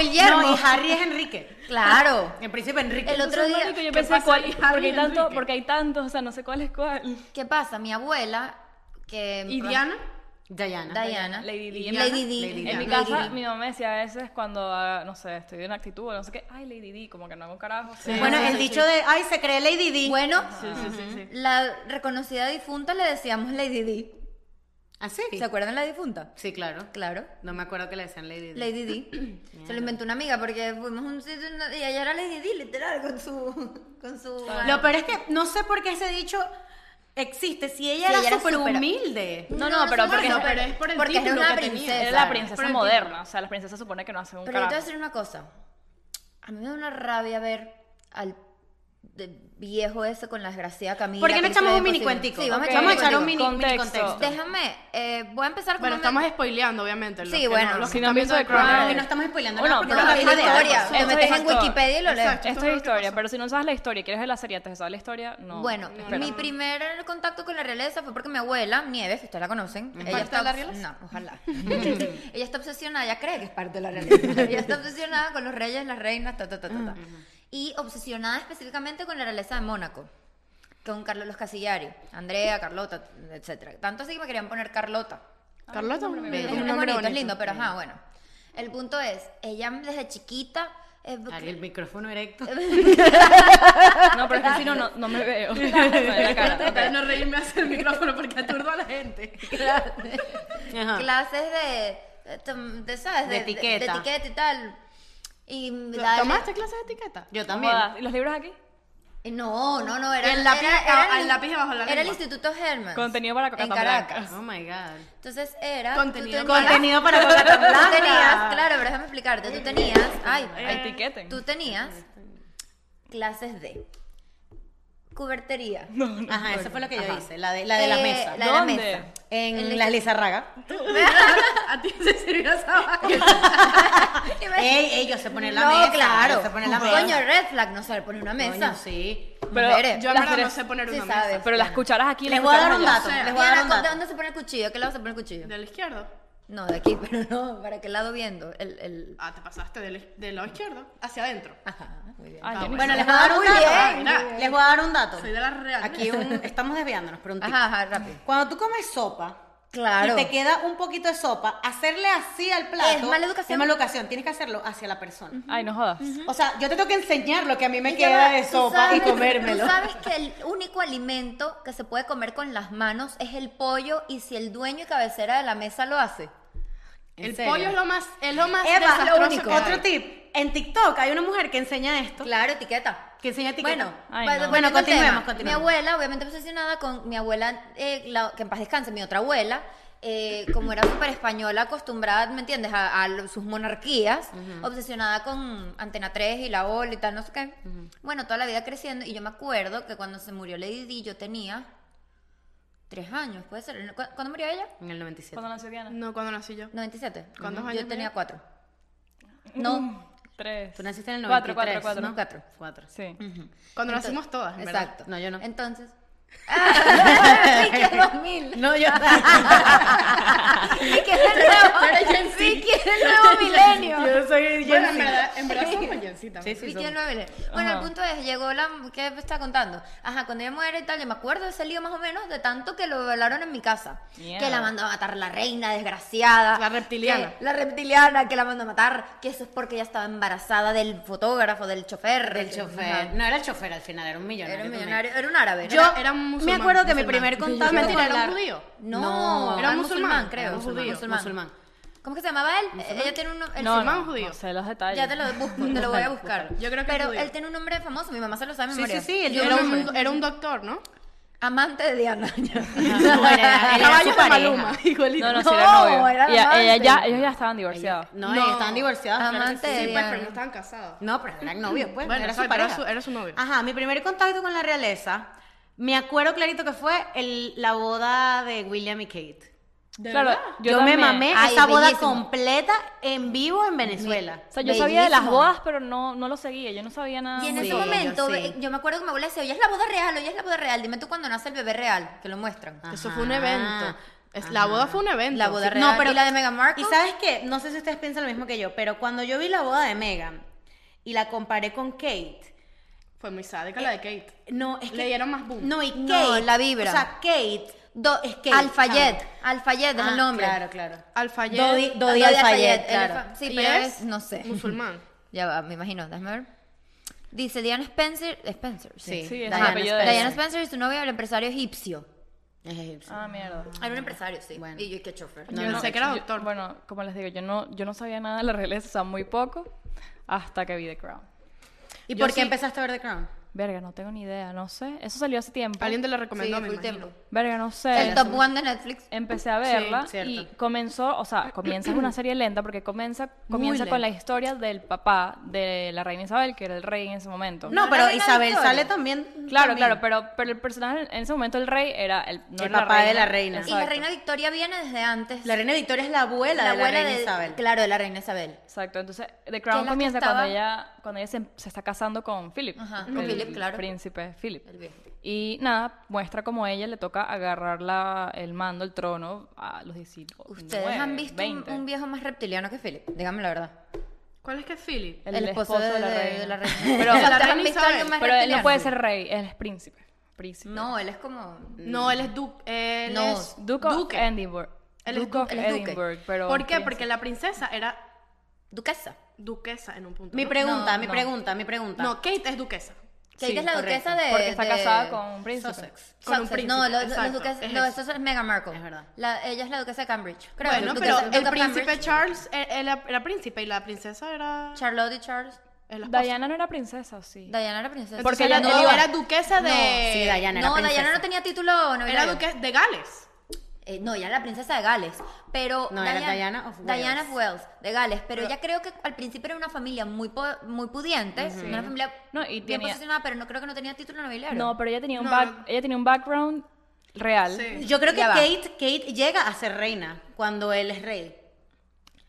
Speaker 4: Guillermo.
Speaker 1: No, y Harry es Enrique.
Speaker 4: Claro.
Speaker 1: El príncipe Enrique.
Speaker 4: El otro
Speaker 3: Entonces,
Speaker 4: día-
Speaker 3: marico, yo
Speaker 2: ¿qué
Speaker 3: pensé
Speaker 2: pasa
Speaker 3: cuál,
Speaker 2: ahí,
Speaker 3: porque
Speaker 2: Harry
Speaker 3: hay tanto,
Speaker 2: Enrique?
Speaker 3: porque hay tantos, o sea, no sé cuál es cuál.
Speaker 4: ¿Qué pasa? Mi abuela, que...
Speaker 2: ¿Y Diana?
Speaker 1: Diana.
Speaker 4: Diana.
Speaker 3: Lady Di.
Speaker 4: Lady Di.
Speaker 1: Lady Di.
Speaker 3: En
Speaker 4: Lady
Speaker 3: mi casa,
Speaker 4: Di.
Speaker 3: mi mamá me decía a veces cuando, ah, no sé, estoy en actitud o no sé qué, ay, Lady Di, como que no hago un carajo.
Speaker 2: Sí,
Speaker 1: Bueno,
Speaker 2: sí,
Speaker 1: el
Speaker 2: sí.
Speaker 1: dicho de, ay, se cree Lady Di.
Speaker 4: Bueno,
Speaker 2: Sí, sí, sí, sí.
Speaker 4: la reconocida difunta le decíamos Lady Di.
Speaker 1: ¿Ah, sí?
Speaker 4: ¿Se acuerdan la difunta?
Speaker 1: Sí, claro.
Speaker 4: Claro.
Speaker 1: No me acuerdo que le decían Lady Di.
Speaker 4: Lady Di. Se lo inventó una amiga porque fuimos a un sitio y ella era Lady Di, literal, con su. Con su
Speaker 1: Lo peor es que no sé por qué ese dicho existe. Si ella
Speaker 4: Si
Speaker 1: era
Speaker 4: ella era
Speaker 1: súper
Speaker 4: súper-
Speaker 1: humilde.
Speaker 3: No, no, pero porque-
Speaker 2: no, pero es por el
Speaker 4: porque
Speaker 2: título
Speaker 4: era una
Speaker 2: que tenía.
Speaker 4: princesa.
Speaker 3: Era la princesa moderna, o sea, las princesas supone que no hacen un
Speaker 4: Pero yo te voy a
Speaker 3: carajo.
Speaker 4: decir una cosa. A mí me da una rabia ver al de viejo ese con la desgraciada Camila.
Speaker 1: ¿Por qué no
Speaker 4: que
Speaker 1: echamos
Speaker 4: hizo
Speaker 1: un
Speaker 4: de
Speaker 1: mini
Speaker 4: posible?
Speaker 1: cuentico?
Speaker 4: Sí, vamos
Speaker 1: Ok.
Speaker 4: a echar,
Speaker 1: echar un
Speaker 4: cuentico.
Speaker 1: mini mini
Speaker 3: Contexto.
Speaker 1: contexto.
Speaker 4: Déjame, eh, voy a empezar con
Speaker 2: Bueno,
Speaker 4: una-
Speaker 2: estamos spoileando, obviamente. los
Speaker 4: Sí,
Speaker 2: que
Speaker 4: bueno.
Speaker 2: No, los
Speaker 4: Si
Speaker 2: que
Speaker 3: no
Speaker 2: están viendo
Speaker 3: han
Speaker 2: de
Speaker 3: visto The Crown,
Speaker 1: Ah,
Speaker 2: Crown.
Speaker 1: que no estamos spoileando
Speaker 3: Bueno,
Speaker 1: nada porque
Speaker 4: No,
Speaker 3: pero
Speaker 1: no
Speaker 4: la
Speaker 1: hay idea.
Speaker 4: historia.
Speaker 3: Eso
Speaker 4: Te
Speaker 3: es
Speaker 4: metes en
Speaker 3: historia.
Speaker 4: Wikipedia y lo lees.
Speaker 2: Exacto.
Speaker 3: Esto
Speaker 2: Todo lo
Speaker 3: es
Speaker 2: que
Speaker 3: historia,
Speaker 2: pasó.
Speaker 3: pero si no sabes la historia, quieres ver la serie antes de saber la historia, no.
Speaker 4: Bueno,
Speaker 3: espera.
Speaker 4: mi primer contacto con la realeza fue porque mi abuela, Nieves, que ustedes la conocen. Ella
Speaker 2: parte
Speaker 4: está
Speaker 2: de la
Speaker 4: obs-
Speaker 2: realeza?
Speaker 4: No, ojalá. ella está obsesionada, ella cree que es parte de la realeza. ella está obsesionada con los reyes, las reinas, ta, ta, ta, ta, ta. Y obsesionada específicamente con la realeza de Mónaco. Con Carlos los Casillari, Andrea, Carlota, etcétera. Tanto así que me querían poner Carlota.
Speaker 2: Carlota,
Speaker 4: Es,
Speaker 2: Mm, un
Speaker 4: un
Speaker 2: nombre
Speaker 4: bonito, es
Speaker 2: bonito.
Speaker 4: lindo, pero ajá, bueno. El punto es, ella desde chiquita... eh,
Speaker 1: Ari, el micrófono erecto.
Speaker 3: No, pero es que si no, no, no me veo. Me ve la cara.
Speaker 2: Tratar de
Speaker 3: ok.
Speaker 2: no reírme hacia el micrófono porque aturdo a la gente.
Speaker 1: Ajá.
Speaker 4: clases de, de, tom- de, ¿sabes?
Speaker 1: Ah. De etiqueta.
Speaker 4: de etiqueta y tal. Y la-
Speaker 2: ¿Tomaste clases de etiqueta?
Speaker 1: Yo
Speaker 3: No
Speaker 1: también.
Speaker 3: jodas. ¿Y los libros aquí?
Speaker 4: No, no, no, era
Speaker 2: El lápiz
Speaker 4: era-
Speaker 2: acá,
Speaker 4: era el-
Speaker 2: al lápiz debajo de la
Speaker 4: Era el
Speaker 2: lengua.
Speaker 4: Instituto Herman.
Speaker 3: Contenido para
Speaker 4: En
Speaker 3: Cocata
Speaker 4: Caracas.
Speaker 1: Oh my god.
Speaker 4: Entonces era.
Speaker 2: Contenido
Speaker 4: tú
Speaker 2: para-
Speaker 4: tenías-
Speaker 1: Contenido para Coca
Speaker 4: Tú tenías,
Speaker 1: Blanca.
Speaker 4: claro, pero déjame explicarte. Tú tenías. Ay,
Speaker 3: Ay, Etiqueten.
Speaker 4: tú tenías clases de cubertería.
Speaker 1: Ajá, eso fue lo que yo hice, la de la de la
Speaker 4: Eh,
Speaker 1: mesa.
Speaker 4: La de la
Speaker 3: ¿Dónde?
Speaker 4: mesa.
Speaker 1: En la Lizarraga.
Speaker 2: A ti se sirvió esa vaina.
Speaker 1: Ey, ey, yo sé poner la
Speaker 4: no,
Speaker 1: mesa.
Speaker 4: claro.
Speaker 1: Yo sé poner la mesa.
Speaker 4: Coño, red flag, no saber poner una mesa.
Speaker 1: Coño, sí.
Speaker 3: Pero
Speaker 4: Mujeres.
Speaker 2: Yo
Speaker 3: las
Speaker 2: en verdad no
Speaker 3: tres-
Speaker 2: sé poner
Speaker 4: Sí
Speaker 2: una
Speaker 4: sabes.
Speaker 2: mesa.
Speaker 3: Pero las cucharas aquí.
Speaker 1: Les
Speaker 3: las
Speaker 1: voy a dar un
Speaker 3: cucharas
Speaker 1: dato.
Speaker 2: allá.
Speaker 1: Les voy a dar
Speaker 4: Diana,
Speaker 1: un
Speaker 4: ¿con- ¿de
Speaker 1: dato.
Speaker 4: dónde se pone el cuchillo? ¿De qué lado se pone el cuchillo?
Speaker 2: ¿Del izquierdo?
Speaker 4: No, de aquí, pero no, ¿para qué lado viendo? El, el...
Speaker 2: Ah, te pasaste del, del lado izquierdo hacia adentro.
Speaker 4: Ajá, muy bien.
Speaker 3: allá. Ah,
Speaker 2: Ah,
Speaker 3: yo ni
Speaker 1: Bueno,
Speaker 3: sé.
Speaker 1: les voy a dar un
Speaker 4: Muy
Speaker 1: dato.
Speaker 2: bien.
Speaker 1: Mira, Les voy a dar un dato.
Speaker 2: Soy de la real.
Speaker 1: Aquí un- estamos desviándonos, pero un tip.
Speaker 4: Ajá, ajá, rápido.
Speaker 1: Cuando tú comes sopa
Speaker 4: Claro.
Speaker 1: y te queda un poquito de sopa, hacerle así al plato
Speaker 4: Es mala educación.
Speaker 1: es mala educación. Tienes que hacerlo hacia la persona.
Speaker 3: Ay, no jodas.
Speaker 1: O sea, yo te tengo que enseñar lo que a mí me
Speaker 4: Y
Speaker 1: queda
Speaker 4: ya va,
Speaker 1: de
Speaker 4: tú
Speaker 1: sopa y
Speaker 4: sabes-
Speaker 1: comérmelo.
Speaker 4: Tú sabes que el único alimento que se puede comer con las manos es el pollo y si el dueño y cabecera de la mesa lo hace.
Speaker 1: ¿En
Speaker 2: El
Speaker 1: serio?
Speaker 2: pollo es lo más, es lo más
Speaker 1: Eva,
Speaker 2: desastroso
Speaker 1: lo único.
Speaker 2: que hay.
Speaker 1: Otro tip. En TikTok hay una mujer que enseña esto.
Speaker 4: Claro, etiqueta.
Speaker 1: Que enseña TikTok.
Speaker 4: Bueno, va-
Speaker 3: Ay, no.
Speaker 4: volviendo
Speaker 1: Bueno,
Speaker 4: al tema.
Speaker 1: continuemos, continuemos.
Speaker 4: Mi abuela, obviamente obsesionada con mi abuela, eh, la- que en paz descanse, mi otra abuela, eh, como era súper española, acostumbrada, ¿me entiendes?, a, a lo- sus monarquías, obsesionada con Antena 3 y la ola y tal, no sé qué. Bueno, toda la vida creciendo, y yo me acuerdo que cuando se murió Lady Di, yo tenía tres años, puede ser. ¿Cu- ¿Cuándo murió ella?
Speaker 1: En el 97.
Speaker 3: Cuando nació Diana.
Speaker 2: No, cuando nací yo.
Speaker 4: 97.
Speaker 2: ¿Cuántos
Speaker 4: Ujú.
Speaker 2: años
Speaker 4: Yo tenía
Speaker 2: tenía?
Speaker 4: cuatro. No,
Speaker 3: Tres.
Speaker 1: Tú naciste en el
Speaker 3: Cuatro,
Speaker 1: 93,
Speaker 3: cuatro, cuatro.
Speaker 1: ¿no?
Speaker 4: Cuatro.
Speaker 1: Cuatro.
Speaker 3: Sí.
Speaker 2: Cuando
Speaker 4: Entonces-
Speaker 2: nacimos todas, en ¿verdad?
Speaker 4: Exacto.
Speaker 1: No, yo no.
Speaker 4: Entonces. ¡Ah! Pique 2000.
Speaker 1: No, yo...
Speaker 4: Pique es el nuevo. Pique es el nuevo milenio.
Speaker 1: yo soy...
Speaker 2: Bueno, en verdad, en verdad somos jovencitas.
Speaker 1: Sí, sí,
Speaker 4: Pique es
Speaker 1: somos.
Speaker 4: el nuevo milenio. Bueno,
Speaker 3: Ajá.
Speaker 4: el punto es, llegó la... ¿Qué me está contando? Ajá, cuando ella muere y tal, yo me acuerdo de ese lío más o menos de tanto que lo velaron en mi casa.
Speaker 3: Mierda.
Speaker 4: Que la mandó a matar la reina desgraciada.
Speaker 2: La reptiliana.
Speaker 4: que- la reptiliana que la mandó a matar. Que eso es porque ella estaba embarazada del fotógrafo, del chofer.
Speaker 1: Del
Speaker 4: que-
Speaker 1: chofer.
Speaker 4: Ajá.
Speaker 1: No era el chofer al final, era un millonario.
Speaker 4: Era un
Speaker 1: también.
Speaker 4: millonario, era un árabe.
Speaker 1: Yo
Speaker 2: Era- era un
Speaker 1: me
Speaker 2: musulmán,
Speaker 1: acuerdo que mi
Speaker 2: musulmán.
Speaker 1: primer contacto
Speaker 2: Mentira,
Speaker 1: con
Speaker 2: era un
Speaker 1: la-
Speaker 2: judío.
Speaker 4: No,
Speaker 1: No,
Speaker 4: era
Speaker 2: era
Speaker 4: un musulmán,
Speaker 2: musulmán,
Speaker 4: creo.
Speaker 2: era
Speaker 4: musulmán,
Speaker 2: judío.
Speaker 4: musulmán.
Speaker 1: Musulmán.
Speaker 4: ¿Cómo que se llamaba él? Ella tiene un el
Speaker 3: No,
Speaker 4: musulmán.
Speaker 2: no, judío.
Speaker 3: no sé los detalles.
Speaker 4: Ya te lo busco, te lo voy a buscar.
Speaker 2: Yo creo que es
Speaker 4: Pero
Speaker 2: judío.
Speaker 4: él tiene un nombre famoso, mi mamá se lo sabe de
Speaker 1: Sí,
Speaker 4: memoria.
Speaker 1: sí, sí, él
Speaker 4: Yo
Speaker 2: Era
Speaker 4: no
Speaker 1: un-
Speaker 4: me
Speaker 2: un,
Speaker 4: acuerdo.
Speaker 2: era un doctor, ¿no?
Speaker 4: amante de Diana.
Speaker 1: No, era, él era su
Speaker 2: Caballos de
Speaker 1: pareja.
Speaker 2: Maluma, igualito.
Speaker 3: No, no,
Speaker 4: No,
Speaker 3: sí era novio.
Speaker 4: era
Speaker 3: Y a- ella
Speaker 4: amante.
Speaker 3: ya, ellos ya estaban divorciados.
Speaker 1: No,
Speaker 2: No.
Speaker 1: están divorciados. claro que
Speaker 4: Amante
Speaker 1: sí.
Speaker 4: de
Speaker 2: Sí, pues,
Speaker 4: Diana.
Speaker 2: pero no estaban casados.
Speaker 1: No, pero eran novios, pues.
Speaker 2: Bueno,
Speaker 1: era, su
Speaker 2: sí, pero
Speaker 1: pareja. Ah,
Speaker 2: era su- era su novio.
Speaker 1: Ajá, mi primer contacto con la realeza, me acuerdo clarito que fue el- la boda de William y Kate.
Speaker 3: Claro,
Speaker 1: Yo,
Speaker 3: Ah, yo
Speaker 1: me
Speaker 3: también.
Speaker 1: mamé
Speaker 4: Ay,
Speaker 1: esa boda
Speaker 4: bellísimo.
Speaker 1: completa en vivo en Venezuela.
Speaker 3: O sea, yo sabía de las
Speaker 4: Bellísimo.
Speaker 3: bodas, pero no, no lo seguía. Ah, Yo no sabía nada.
Speaker 4: Y en
Speaker 1: Sí,
Speaker 4: ese
Speaker 1: yo
Speaker 4: momento,
Speaker 1: sí.
Speaker 4: eh, yo me acuerdo que mi abuela decía, oye, es la boda real, oye, es la boda real. Dime tú cuando nace el bebé real, que lo muestran.
Speaker 1: Ah.
Speaker 2: Eso fue un
Speaker 1: Ajá,
Speaker 2: evento. Es- la boda fue un evento.
Speaker 4: La boda
Speaker 2: Sí.
Speaker 4: real. ¿Y la de Meghan Markle?
Speaker 1: Y sabes que, no sé si ustedes piensan lo mismo que yo, pero cuando yo vi la boda de Megan y la comparé con Kate,
Speaker 2: Fue muy sádica la de Kate.
Speaker 1: no, es que.
Speaker 2: Le dieron más boom.
Speaker 1: No, y Kate.
Speaker 4: No, la vibra.
Speaker 1: O sea, Kate.
Speaker 4: Do-
Speaker 1: es que-
Speaker 4: Alfayet, Alfayet es
Speaker 1: Ah,
Speaker 4: el nombre.
Speaker 1: Claro, claro.
Speaker 2: Alfayet.
Speaker 1: Dodi-
Speaker 4: Ah,
Speaker 1: Dodi Alfayet,
Speaker 4: él es
Speaker 1: claro.
Speaker 4: fa- Sí,
Speaker 2: ¿Y
Speaker 4: pero
Speaker 2: es?
Speaker 4: es, no sé.
Speaker 2: Musulmán.
Speaker 4: Ya va, me imagino, déjame ver. Dice Diana Spencer, Spencer,
Speaker 1: Sí,
Speaker 4: sí.
Speaker 3: Sí, es el
Speaker 4: Diana,
Speaker 3: apellido
Speaker 4: Spencer.
Speaker 3: de ella.
Speaker 4: Diana Spencer y su novio, el empresario egipcio.
Speaker 1: Es egipcio.
Speaker 3: Ah, mierda.
Speaker 4: Era un empresario, sí.
Speaker 1: Bueno.
Speaker 4: Y yo, qué chofer.
Speaker 1: No,
Speaker 2: yo
Speaker 1: no,
Speaker 2: sé que era
Speaker 3: Yo-
Speaker 2: doctor.
Speaker 3: bueno, como les digo, yo no, yo no sabía nada de la realeza, o sea, muy poco, hasta que vi The Crown.
Speaker 1: ¿Y
Speaker 2: Yo
Speaker 1: por qué
Speaker 2: sí-
Speaker 1: empezaste a ver The Crown?
Speaker 3: Verga, no tengo ni idea, no sé. Eso salió hace tiempo.
Speaker 2: Alguien te lo recomendó,
Speaker 4: Sí,
Speaker 2: me
Speaker 4: full
Speaker 2: imagino.
Speaker 4: tiempo.
Speaker 3: Verga, no sé.
Speaker 4: El top one de Netflix.
Speaker 3: Empecé a verla
Speaker 1: cierto.
Speaker 3: y comenzó, o sea, comienza es una serie lenta porque comienza,
Speaker 2: Muy
Speaker 3: comienza con
Speaker 2: lenta.
Speaker 3: la historia del papá de la reina Isabel, que era el rey en ese momento.
Speaker 1: No,
Speaker 4: ¿No
Speaker 1: pero
Speaker 4: era
Speaker 1: Isabel
Speaker 4: Victoria?
Speaker 1: sale también.
Speaker 3: Claro,
Speaker 1: también.
Speaker 3: claro, pero, pero el personaje en ese momento el rey era el, no
Speaker 1: El
Speaker 3: era
Speaker 1: papá de la reina.
Speaker 4: Y la
Speaker 3: Exacto.
Speaker 4: reina Victoria viene desde antes.
Speaker 1: La reina Victoria es la abuela, de la reina Isabel.
Speaker 4: Claro, de la reina Isabel.
Speaker 3: Exacto, entonces The
Speaker 4: la
Speaker 3: Crown
Speaker 4: que
Speaker 3: comienza
Speaker 4: estaba-
Speaker 3: cuando ella cuando ella se, se está casando con Philip,
Speaker 4: Ajá, con
Speaker 3: el
Speaker 4: Philip, claro.
Speaker 3: príncipe Philip.
Speaker 4: El viejo.
Speaker 3: Y nada, muestra como ella le toca agarrar la, el mando, el trono a los 19.
Speaker 4: Ustedes han visto un-
Speaker 3: 20.
Speaker 4: Un, viejo más reptiliano que Philip. Dígame la verdad.
Speaker 2: ¿Cuál es que es Philip?
Speaker 3: el, esposo, de, la reina.
Speaker 4: Pero,
Speaker 3: Pero,
Speaker 2: O sea, la
Speaker 4: ¿ustedes han
Speaker 2: reina
Speaker 4: visto
Speaker 2: Isabel,
Speaker 4: algo más
Speaker 3: pero él
Speaker 4: reptiliano?
Speaker 3: no puede ser rey, él es príncipe. Príncipe.
Speaker 4: No, él es como.
Speaker 2: No, él es duque. Él
Speaker 4: No,
Speaker 2: es
Speaker 3: Duke of
Speaker 2: duque.
Speaker 3: Edinburgh.
Speaker 2: Él es
Speaker 3: Duke of
Speaker 4: duque, él es duque.
Speaker 3: Edinburgh, pero
Speaker 2: ¿Por qué?
Speaker 3: príncipe.
Speaker 2: Porque la princesa era
Speaker 4: Duquesa.
Speaker 2: duquesa en un punto.
Speaker 1: Mi
Speaker 2: ¿no?
Speaker 1: pregunta,
Speaker 4: No,
Speaker 1: mi
Speaker 3: no.
Speaker 1: pregunta, mi pregunta.
Speaker 2: No, Kate es duquesa.
Speaker 4: Que
Speaker 1: Sí,
Speaker 4: ella es la
Speaker 1: correcto,
Speaker 4: duquesa de.
Speaker 3: Porque está
Speaker 4: de-
Speaker 3: casada con un príncipe.
Speaker 1: Sussex.
Speaker 2: Con un
Speaker 4: Sussex.
Speaker 2: príncipe.
Speaker 4: No, los,
Speaker 2: exacto,
Speaker 4: duquesa,
Speaker 2: es
Speaker 4: no,
Speaker 2: eso.
Speaker 4: eso es Meghan Markle.
Speaker 1: Es verdad.
Speaker 4: La- ella es la duquesa de Cambridge. Creo
Speaker 2: bueno,
Speaker 4: duquesa-
Speaker 2: pero
Speaker 4: duque
Speaker 2: el
Speaker 4: de
Speaker 2: príncipe
Speaker 4: Cambridge.
Speaker 2: Charles eh, él era, era príncipe y la princesa era
Speaker 4: Charlotte y Charles.
Speaker 2: el esposo.
Speaker 3: Diana no era princesa, ¿o sí.
Speaker 4: Diana era princesa.
Speaker 2: Porque
Speaker 4: ella
Speaker 2: ella
Speaker 3: Diana
Speaker 2: no, era duquesa de...
Speaker 4: No,
Speaker 1: Sí, Diana era
Speaker 4: No, Diana
Speaker 1: princesa.
Speaker 4: no tenía título no
Speaker 2: Era duquesa de Gales.
Speaker 4: Eh, no, ella era la princesa de Gales, pero...
Speaker 1: No, era Diana of Wales.
Speaker 4: Diana of Wales, de Gales, pero, ella creo que al principio era una familia muy, po- muy pudiente, una familia
Speaker 3: No, y
Speaker 4: bien
Speaker 3: tenía-
Speaker 4: posicionada, pero no creo que no tenía título nobiliario.
Speaker 3: No, pero ella tenía un,
Speaker 2: No,
Speaker 3: back-
Speaker 2: no.
Speaker 3: ella tenía un background real.
Speaker 2: Sí.
Speaker 1: Yo creo que
Speaker 4: Ya va.
Speaker 1: Kate, Kate llega a ser reina cuando él es rey.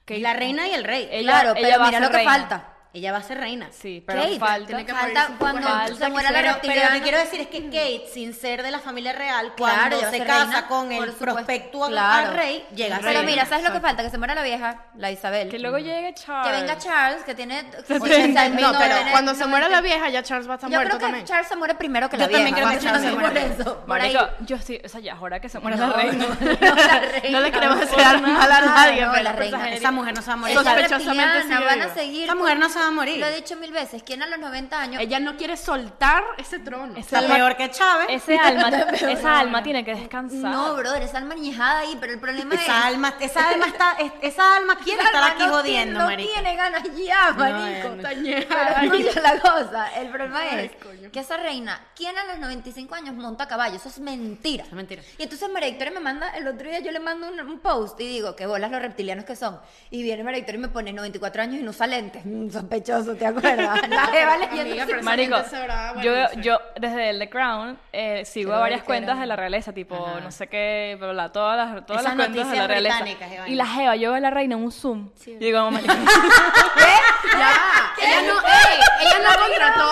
Speaker 3: Kate-
Speaker 1: la reina y el rey.
Speaker 3: Ella-
Speaker 4: claro,
Speaker 3: ella
Speaker 4: pero
Speaker 3: va a
Speaker 4: mira
Speaker 3: ser
Speaker 4: lo que
Speaker 3: reina.
Speaker 4: falta.
Speaker 1: Ella va a ser reina.
Speaker 3: Sí, pero
Speaker 4: Kate,
Speaker 3: falta.
Speaker 2: tiene que morirse
Speaker 4: Falta
Speaker 2: un poco
Speaker 4: cuando
Speaker 3: antes.
Speaker 4: se
Speaker 3: Falta
Speaker 4: muera
Speaker 3: que
Speaker 4: la
Speaker 3: se-
Speaker 1: Pero, pero lo
Speaker 4: reptiliana.
Speaker 1: que quiero decir es que Kate, sin ser de la familia real,
Speaker 4: Claro,
Speaker 1: cuando
Speaker 4: ella va a
Speaker 1: se
Speaker 4: ser
Speaker 1: casa
Speaker 4: reina,
Speaker 1: con
Speaker 4: por
Speaker 1: el
Speaker 4: supuesto.
Speaker 1: prospecto
Speaker 4: Claro.
Speaker 1: al rey, llega a ser Mm.
Speaker 4: Pero
Speaker 1: reina.
Speaker 4: mira, ¿sabes lo que falta? Que se muera la vieja, la Isabel.
Speaker 3: Que luego llegue Charles.
Speaker 4: Que venga Charles, que tiene...
Speaker 2: No, pero
Speaker 4: tiene-
Speaker 2: cuando se
Speaker 4: no,
Speaker 2: muera
Speaker 4: tiene-
Speaker 2: la vieja ya Charles va a estar
Speaker 4: Yo
Speaker 2: muerto
Speaker 4: creo que
Speaker 2: también.
Speaker 4: Charles se muere primero que
Speaker 1: Yo
Speaker 4: la vieja.
Speaker 1: también creo que Charles se muere.
Speaker 4: Por eso, por ahí.
Speaker 3: Marico, yo estoy, o sea, ya, ahora que se muera
Speaker 4: No,
Speaker 3: la reina.
Speaker 4: no, la
Speaker 2: No
Speaker 4: reina.
Speaker 2: le queremos
Speaker 4: No,
Speaker 2: desear mal a nadie,
Speaker 4: no,
Speaker 2: pero
Speaker 4: la
Speaker 1: pues,
Speaker 4: reina.
Speaker 1: Esa mujer no se va a morir.
Speaker 4: Ella es
Speaker 2: sospechosamente
Speaker 4: reptiliana,
Speaker 2: sigue
Speaker 4: van
Speaker 2: viva.
Speaker 4: a seguir.
Speaker 1: Esta mujer no se va a morir.
Speaker 4: Lo he dicho mil veces. ¿Quién a los 90 años?
Speaker 2: Ella no quiere soltar ese trono.
Speaker 3: Esa
Speaker 1: Está
Speaker 3: alma-
Speaker 1: peor que Chávez.
Speaker 3: Ese alma, esa alma tiene que descansar.
Speaker 4: No, brother, esa alma añejada ahí, pero el problema es.
Speaker 1: Esa alma, esa alma está, es- esa alma quiere
Speaker 4: esa
Speaker 1: estar
Speaker 4: alma
Speaker 1: aquí
Speaker 4: no
Speaker 1: jodiendo,
Speaker 4: tiene-
Speaker 1: marica.
Speaker 4: No tiene ganas ya, marico.
Speaker 1: no.
Speaker 4: Pero
Speaker 2: añejada
Speaker 4: escucha la cosa. El problema
Speaker 2: Ay,
Speaker 4: es
Speaker 2: coño.
Speaker 4: que esa reina, ¿quién a los 95 años monta a caballo? Eso es mentira.
Speaker 1: Eso es mentira.
Speaker 4: Y entonces María Victoria me manda, el otro día yo le mando un, un post y digo, qué bolas los reptilianos que son. Y viene María Victoria y me pone 94 años y no usa lentes. Mm, sospechoso, ¿te acuerdas? La jeva leyendo
Speaker 2: Amiga,
Speaker 4: ese
Speaker 2: pero esa
Speaker 3: Marico,
Speaker 2: gente sabrá, bueno,
Speaker 3: yo,
Speaker 2: no sé.
Speaker 3: yo desde el The Crown eh, sigo
Speaker 4: Pero
Speaker 3: a varias
Speaker 4: que
Speaker 3: cuentas
Speaker 4: era-
Speaker 3: de la realeza, tipo no sé qué, bla, bla, todas las, todas las
Speaker 1: Esas
Speaker 3: cuentas de la
Speaker 1: noticias
Speaker 3: realeza.
Speaker 1: británicas, Ivana.
Speaker 3: Y la Jeva, yo veo a la reina en un Zoom. y digo, "Mamá,
Speaker 2: Ya, ella no, ey, ella no contrató.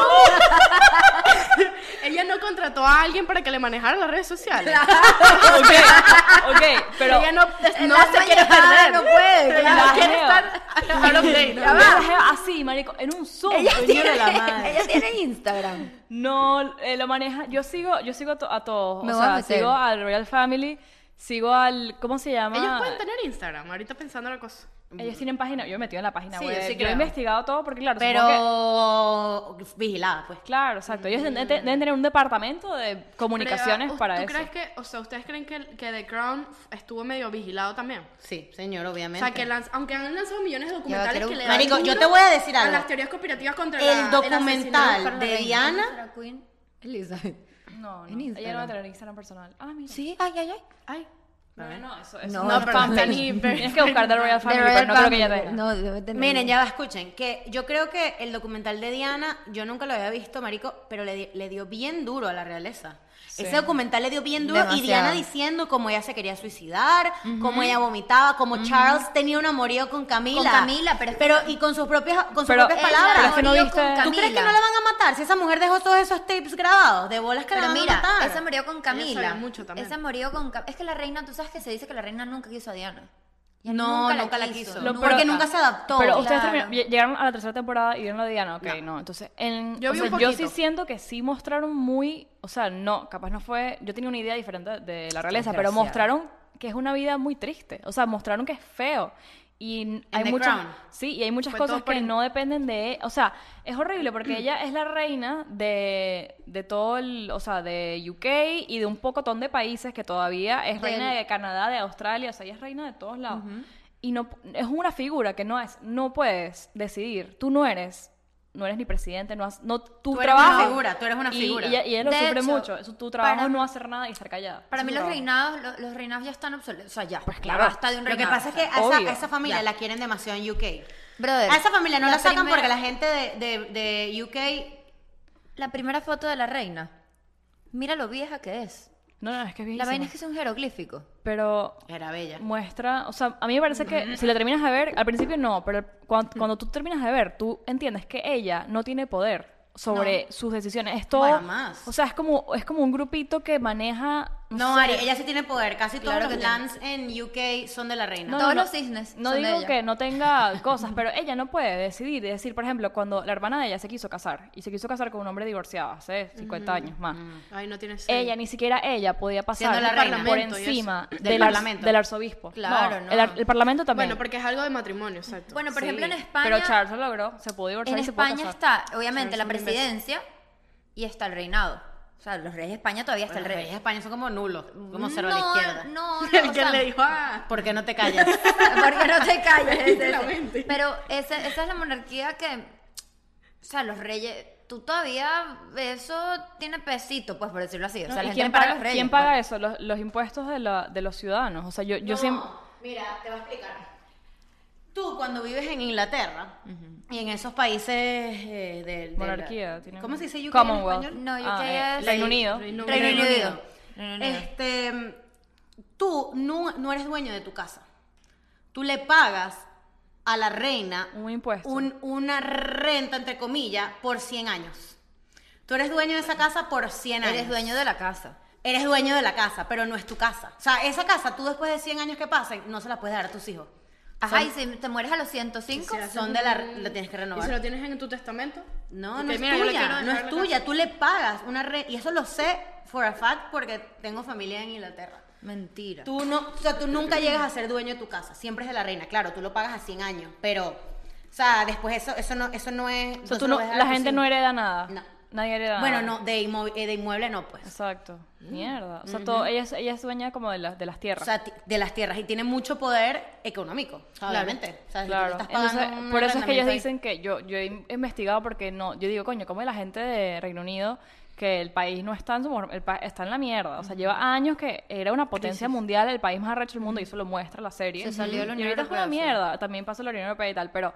Speaker 2: ella no contrató a alguien para que le manejara las redes sociales.
Speaker 3: ok, ok, pero
Speaker 2: ella no,
Speaker 4: El
Speaker 2: no
Speaker 4: alma
Speaker 2: se quiere
Speaker 4: añejada
Speaker 2: perder.
Speaker 4: no
Speaker 2: Ella
Speaker 4: puede,
Speaker 3: claro.
Speaker 2: quiere estar out of date.
Speaker 3: Yo veo a la Jeva así, marico, en un Zoom. coño de la madre.
Speaker 4: Ella tiene Instagram.
Speaker 3: No, eh, lo maneja. Yo sigo, yo sigo a to- a todos.
Speaker 4: Me
Speaker 3: o
Speaker 4: voy a
Speaker 3: sea,
Speaker 4: meter.
Speaker 3: sigo al Royal Family, sigo al. ¿Cómo se llama?
Speaker 2: Ellos pueden tener Instagram, ahorita pensando la cosa.
Speaker 3: Ellos tienen página. Yo me he metido en la página
Speaker 2: Sí,
Speaker 3: web.
Speaker 2: yo sí
Speaker 3: yo
Speaker 2: creo.
Speaker 3: he investigado todo porque, claro, supongo
Speaker 1: Pero vigilada, pues.
Speaker 3: que- Claro, exacto. Ellos deben, deben tener un departamento de comunicaciones
Speaker 2: Pero, ¿tú
Speaker 3: para eso.
Speaker 2: crees que, o sea, ustedes creen que, que The Crown estuvo medio vigilado también?
Speaker 1: Sí, señor, obviamente.
Speaker 2: O sea, que lanz- aunque han lanzado millones de documentales
Speaker 4: quiero
Speaker 2: que le
Speaker 1: un-
Speaker 2: dan
Speaker 1: Marico, yo
Speaker 2: duro
Speaker 1: te voy a decir algo.
Speaker 2: las teorías conspirativas contra la-
Speaker 1: el
Speaker 2: asesinato.
Speaker 1: documental Ah, de Diana.
Speaker 4: Diana. Queen? Elizabeth.
Speaker 3: No,
Speaker 4: En
Speaker 3: no. Ella no va
Speaker 4: Instagram.
Speaker 3: a tener Instagram personal. Ah, mira.
Speaker 4: Sí, ay, ay, ay.
Speaker 2: Ay,
Speaker 3: No, no, no, eso, eso
Speaker 4: No,
Speaker 3: no, es
Speaker 4: pero
Speaker 3: fanpage.
Speaker 2: Dani, pero-
Speaker 3: Tienes que buscar The Royal Family,
Speaker 4: The
Speaker 3: pero no creo que ella
Speaker 4: Family.
Speaker 3: tenga.
Speaker 4: No, debe tener.
Speaker 1: Miren, ya va, escuchen, que yo creo que el documental de Diana, yo nunca lo había visto, marico, pero le, di- le dio bien duro a la realeza.
Speaker 3: Sí.
Speaker 1: Ese documental le dio bien duro y
Speaker 4: Demasiado.
Speaker 1: Diana diciendo cómo ella se quería suicidar, cómo ella vomitaba, cómo Charles tenía un amorío con Camila.
Speaker 4: Con Camila, pero es que-
Speaker 1: y con sus propias con sus
Speaker 3: Pero-
Speaker 1: propias
Speaker 3: Ella
Speaker 1: palabras.
Speaker 3: Pero es que no
Speaker 4: murió
Speaker 3: viste-
Speaker 4: con
Speaker 1: ¿Tú crees que
Speaker 4: Camila.
Speaker 1: no la van a matar si esa mujer dejó todos esos tapes grabados de bolas que la
Speaker 4: Pero
Speaker 1: van a
Speaker 4: mira,
Speaker 1: matar?
Speaker 4: esa murió con Camila.
Speaker 2: sabía mucho también.
Speaker 4: Esa murió con Camila. Es que la reina, tú sabes que se dice que la reina nunca quiso a Diana. Ella
Speaker 1: No, nunca la quiso.
Speaker 3: Lo-
Speaker 1: Porque nunca se adaptó.
Speaker 3: Pero ustedes
Speaker 4: Claro.
Speaker 3: terminaron- lle- llegaron a la tercera temporada y vieron la de Diana, ok, no. Entonces, en,
Speaker 2: Yo
Speaker 3: o
Speaker 2: vi
Speaker 3: sea,
Speaker 2: un
Speaker 3: yo
Speaker 2: poquito.
Speaker 3: sí siento que sí mostraron muy, o sea, no, capaz no fue, yo tenía una idea diferente de la realeza, pero
Speaker 4: Desgraciada.
Speaker 3: mostraron que es una vida muy triste, o sea, mostraron que es feo. Y n- hay
Speaker 1: The
Speaker 3: muchas,
Speaker 1: Crown.
Speaker 3: sí, y hay muchas
Speaker 2: Fue
Speaker 3: cosas
Speaker 2: todo por
Speaker 3: que
Speaker 2: in-
Speaker 3: no dependen de, o sea, es horrible porque ella es la reina de, de todo el, o sea, de UK y de un pocotón de países que todavía es
Speaker 4: Del-
Speaker 3: reina de Canadá, de Australia, o sea, ella es reina de todos lados. Y no, es una figura que no es, no puedes decidir, tú no eres no eres ni presidente, no has, no tu
Speaker 1: Tú eres
Speaker 3: trabajo.
Speaker 1: una figura, tú eres una
Speaker 3: Y-
Speaker 1: figura.
Speaker 3: Y, ella, y ella lo
Speaker 4: De
Speaker 3: sufre
Speaker 4: hecho,
Speaker 3: mucho. Eso, tu trabajo
Speaker 4: para-
Speaker 3: es no hacer nada y estar callada.
Speaker 4: Para
Speaker 3: Eso
Speaker 4: mí
Speaker 3: es
Speaker 4: los
Speaker 3: tu trabajo.
Speaker 4: reinados, lo- los, reinados ya están obsoletos. O sea, ya.
Speaker 3: Pues claro.
Speaker 4: Basta de un
Speaker 1: Lo que
Speaker 4: reinado.
Speaker 1: pasa es que a esa,
Speaker 3: obvio.
Speaker 1: a esa familia
Speaker 4: Ya.
Speaker 1: la quieren demasiado en UK.
Speaker 4: Brother,
Speaker 1: A esa familia no la, sacan
Speaker 4: primera-
Speaker 1: porque la gente de, de- de UK...
Speaker 4: La primera foto de la reina. Mira lo vieja que es.
Speaker 3: No, no, es que es
Speaker 4: La vaina
Speaker 3: viejísima.
Speaker 4: es que es un jeroglífico.
Speaker 3: Pero
Speaker 1: Era bella.
Speaker 3: muestra, o sea, a mí me parece que si la terminas de ver, al principio no, pero cuan- cuando, tú terminas de ver, tú entiendes que ella no tiene poder sobre sus decisiones. Es todo,
Speaker 1: Bueno, más.
Speaker 3: o sea, es como es como un grupito que maneja
Speaker 1: No,
Speaker 3: sé,
Speaker 1: Ari, ella sí tiene poder. Casi
Speaker 4: Claro
Speaker 1: todos
Speaker 4: que
Speaker 1: los lands en UK son de la reina.
Speaker 3: No,
Speaker 4: Todos
Speaker 3: no,
Speaker 4: los cisnes.
Speaker 3: No
Speaker 4: son de
Speaker 3: digo
Speaker 4: ella.
Speaker 3: que no tenga cosas, pero ella no puede decidir. Es decir, por ejemplo, cuando la hermana de ella se quiso casar, y se quiso casar con un hombre divorciado hace 50 años más,
Speaker 2: Ay, no tiene sentido.
Speaker 3: ella, ni siquiera ella podía pasar
Speaker 1: Siendo la reina.
Speaker 3: por
Speaker 2: Parlamento y eso.
Speaker 3: encima
Speaker 1: Del
Speaker 3: del, ar-
Speaker 1: parlamento.
Speaker 3: del arzobispo.
Speaker 4: Claro, no.
Speaker 3: El, ar- el parlamento también.
Speaker 2: Bueno, porque es algo de matrimonio, exacto.
Speaker 4: Bueno, por
Speaker 3: Sí,
Speaker 4: ejemplo, en España.
Speaker 3: Pero Charles lo logró, se pudo divorciar
Speaker 4: en
Speaker 3: y se pudo
Speaker 4: España
Speaker 3: casar.
Speaker 4: está,
Speaker 2: Charles
Speaker 4: obviamente, la
Speaker 2: es un imbécil.
Speaker 4: presidencia y está el reinado. O sea, los reyes de España todavía está
Speaker 1: Los
Speaker 4: el
Speaker 1: reyes
Speaker 4: rey.
Speaker 1: españoles son como nulos, como cero a la
Speaker 4: No,
Speaker 1: izquierda.
Speaker 4: No, no,
Speaker 2: el
Speaker 4: o
Speaker 2: que
Speaker 4: sea,
Speaker 2: le dijo a...
Speaker 1: ¿Por qué no te callas?
Speaker 4: Porque no te calles. ese- ese.
Speaker 2: Literalmente.
Speaker 4: Pero esa, esa es la monarquía que. O sea, los reyes. Tú todavía. Eso tiene pesito, pues, por decirlo así. O sea,
Speaker 3: ¿Y
Speaker 4: la gente
Speaker 3: ¿Quién
Speaker 4: paga
Speaker 3: paga,
Speaker 4: los reyes.
Speaker 3: quién
Speaker 4: pues.
Speaker 3: paga eso? Los, los impuestos de, la- de los ciudadanos. O sea, yo, yo siempre...
Speaker 1: Mira, te voy a explicar. Tú, cuando vives en Inglaterra y en esos países eh, del- de, la-
Speaker 3: Monarquía, tiene-
Speaker 1: ¿Cómo se dice UK
Speaker 3: Commonwealth.
Speaker 1: en español?
Speaker 4: No, yo
Speaker 3: Ah,
Speaker 4: que
Speaker 3: eh, Reino Unido.
Speaker 2: Reino
Speaker 4: Reino
Speaker 1: Unido.
Speaker 4: Unido. Reino Unido.
Speaker 1: Este, tú no, no eres dueño de tu casa. Tú le pagas a la reina
Speaker 3: Un impuesto.
Speaker 1: un- una renta, entre comillas, por 100 años. Tú eres dueño de esa casa por 100 años.
Speaker 4: Eres dueño de la casa.
Speaker 1: Eres dueño de la casa, pero no es tu casa. O sea, esa casa tú después de 100 años que pasen, no se la puedes dar a tus hijos.
Speaker 4: Ajá,
Speaker 1: Son-
Speaker 4: y si te mueres a los 105,
Speaker 1: Sí, sí. son de la- la tienes que
Speaker 2: ¿Y
Speaker 1: renovar.
Speaker 2: si lo tienes en tu testamento?
Speaker 1: No,
Speaker 2: Ok,
Speaker 1: no es
Speaker 2: mira, yo le quiero
Speaker 1: tuya, no
Speaker 2: dejar
Speaker 1: es
Speaker 2: la
Speaker 1: tuya.
Speaker 2: casa.
Speaker 1: Tú le pagas una renta. Y eso lo sé for a fact porque tengo familia en Inglaterra.
Speaker 4: mentira.
Speaker 1: Tú no, o sea, tú nunca llegas a ser dueño de tu casa, siempre es de la reina, claro, tú lo pagas a 100 años, pero o sea, después eso eso no eso no es
Speaker 3: O sea,
Speaker 1: no
Speaker 3: tú
Speaker 1: se
Speaker 3: no-
Speaker 1: lo puedes dar
Speaker 3: la
Speaker 1: a tus
Speaker 3: gente
Speaker 1: hijos.
Speaker 3: no hereda nada.
Speaker 1: No.
Speaker 3: Nadie hereda
Speaker 1: Bueno,
Speaker 3: nada.
Speaker 1: no, de, inmo- eh, de inmueble no, pues.
Speaker 3: Exacto. Mierda. O sea, todo, ella, es, ella es dueña como de, las de las
Speaker 1: O
Speaker 3: tierras.
Speaker 1: sea, ti- de las tierras y tiene mucho poder económico, o sea, obviamente. O sea, si tú
Speaker 3: claro.
Speaker 1: estás pagando
Speaker 3: Entonces,
Speaker 1: un
Speaker 3: por eso es que ellos
Speaker 1: arrendamiento ahí.
Speaker 3: dicen que yo, yo he in- investigado porque no, yo digo, coño, ¿cómo la gente de Reino Unido que el país no está en su mor- el pa- está en la mierda? O sea, lleva años que era una potencia mundial, el país más arrecho del mundo, y eso lo muestra la serie.
Speaker 4: Se salió de la
Speaker 3: y
Speaker 4: Unión
Speaker 3: ahorita es una
Speaker 4: Europea, sí.
Speaker 3: mierda, también pasa la Unión Europea y tal, pero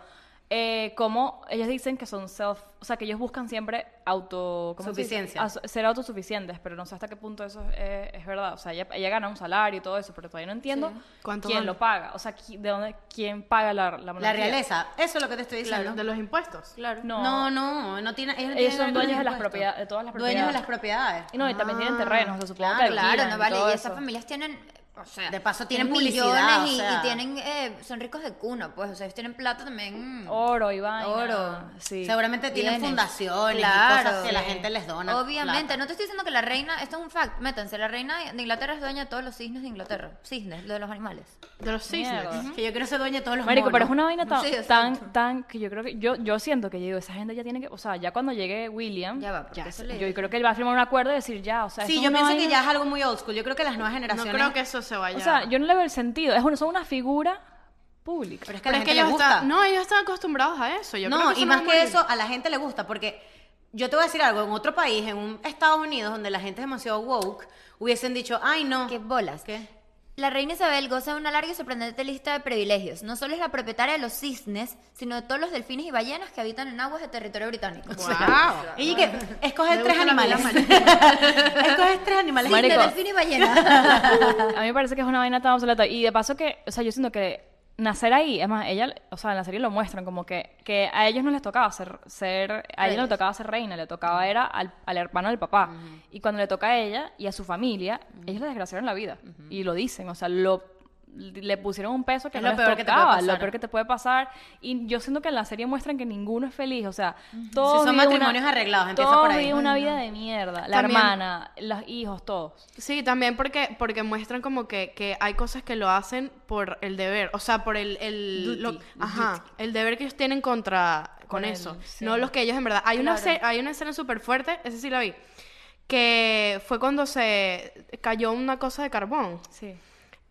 Speaker 3: eh, como ellos dicen que son self, o sea, que ellos buscan siempre auto... ¿cómo se dice?
Speaker 1: Suficiencia.
Speaker 3: Aso- ser autosuficientes, pero no sé hasta qué punto eso es, eh, es verdad. O sea, ella, ella gana un salario y todo eso, pero todavía no entiendo
Speaker 2: ¿Cuánto
Speaker 3: quién
Speaker 2: gana?
Speaker 3: lo paga. O sea, qui- ¿de dónde, quién paga la, la
Speaker 1: la
Speaker 3: monarquía?
Speaker 1: realeza, eso es lo que te estoy diciendo.
Speaker 2: De los impuestos. Claro.
Speaker 3: No.
Speaker 1: No, no, no tiene ellos, no
Speaker 3: Ellos
Speaker 1: tienen
Speaker 3: son dueños de las
Speaker 1: impuestos.
Speaker 3: propiedades- de todas las
Speaker 1: Dueños de
Speaker 3: propiedades.
Speaker 1: las propiedades.
Speaker 3: Y no, y también tienen terrenos, se supone
Speaker 1: claro,
Speaker 3: que
Speaker 4: Claro,
Speaker 3: alquilan
Speaker 4: no
Speaker 3: y
Speaker 4: vale.
Speaker 3: todo
Speaker 4: Y esas
Speaker 3: eso.
Speaker 4: familias tienen. O sea,
Speaker 1: De paso tienen
Speaker 4: millones
Speaker 1: publicidad, o
Speaker 4: y, y
Speaker 1: sea.
Speaker 4: tienen, eh, son ricos de cuna, pues. O sea, ellos tienen plata también.
Speaker 3: Oro y vaina.
Speaker 4: Oro.
Speaker 3: Sí.
Speaker 1: Seguramente tienen
Speaker 4: Bienes.
Speaker 1: fundaciones
Speaker 4: Claro.
Speaker 1: y cosas que la
Speaker 4: Sí.
Speaker 1: gente les dona.
Speaker 4: Obviamente,
Speaker 1: plata.
Speaker 4: no te estoy diciendo que la reina, esto es un fact, métanse, la reina de Inglaterra es dueña de todos los cisnes de Inglaterra, cisnes, lo de los animales.
Speaker 2: De los cisnes.
Speaker 3: Mierda.
Speaker 1: Que yo quiero ser dueña de todos los
Speaker 3: Marico, pero es
Speaker 1: monos.
Speaker 3: una vaina tan,
Speaker 4: Sí, exacto.
Speaker 3: tan, tan que yo creo que yo, yo siento que yo digo, esa gente ya tiene que, o sea, ya cuando llegue William,
Speaker 4: Ya va, porque
Speaker 1: Ya,
Speaker 4: eso le-
Speaker 3: yo creo que él va a firmar un acuerdo y decir ya, o sea,
Speaker 1: Sí,
Speaker 3: esto
Speaker 1: yo
Speaker 3: es una
Speaker 1: pienso que
Speaker 3: vaina-
Speaker 1: ya es algo muy old school. Yo creo que las nuevas
Speaker 2: No
Speaker 1: generaciones.
Speaker 2: creo que eso se vaya.
Speaker 3: O sea, yo no le veo el sentido. Es una, son una figura pública.
Speaker 1: Pero es que a la
Speaker 2: Pero es que
Speaker 1: gente le
Speaker 2: ellos
Speaker 1: gusta.
Speaker 2: están... No, ellos están acostumbrados a eso. Yo creo
Speaker 1: no,
Speaker 2: que
Speaker 1: y
Speaker 2: eso
Speaker 1: más
Speaker 2: es
Speaker 1: que
Speaker 2: morir.
Speaker 1: eso, a la gente le gusta. Porque yo te voy a decir algo: en otro país, en un Estados Unidos donde la gente es demasiado woke, hubiesen dicho, ay, no.
Speaker 4: ¿Qué bolas?
Speaker 1: ¿Qué?
Speaker 4: La reina Isabel goza de una larga y sorprendente lista de privilegios. No solo es la propietaria de los cisnes, sino de todos los delfines y ballenas que habitan en aguas de territorio británico.
Speaker 2: Wow.
Speaker 1: Y que escoges
Speaker 2: Me
Speaker 1: tres
Speaker 2: gusta la
Speaker 1: animales. escoges tres animales.
Speaker 4: Cisne,
Speaker 3: Marico.
Speaker 4: delfín y ballena.
Speaker 3: A mí me parece que es una vaina tan obsoleta. Y de paso que, o sea, yo siento que nacer ahí, es más, ella, o sea, en la serie lo muestran como que, que a ellos no les tocaba ser, ser a ella no le tocaba ser reina, le tocaba era al, al hermano del papá. Y cuando le toca a ella y a su familia, ellos le desgraciaron la vida. Y lo dicen, o sea, lo le pusieron un peso que
Speaker 1: Es
Speaker 3: no
Speaker 1: lo
Speaker 3: les
Speaker 1: peor que te puede
Speaker 3: tocaba,
Speaker 1: pasar.
Speaker 3: lo peor que te puede pasar. Y yo siento que en la serie muestran que ninguno es feliz, o sea, todos
Speaker 1: son
Speaker 3: viven una-
Speaker 1: matrimonios arreglados, empieza por
Speaker 3: todos
Speaker 1: ahí.
Speaker 3: viven una vida de mierda, la
Speaker 2: También-
Speaker 3: hermana, los hijos, todos.
Speaker 2: Sí, también porque, porque muestran como que, que hay cosas que lo hacen por el deber, o sea, por el, el
Speaker 1: Duty,
Speaker 2: lo- ajá, el deber que ellos tienen contra con,
Speaker 3: Con él,
Speaker 2: eso,
Speaker 3: sí.
Speaker 2: no los que ellos en verdad. Hay una escena, hay una escena súper fuerte, esa sí la vi, que fue cuando se cayó una cosa de carbón
Speaker 3: Sí.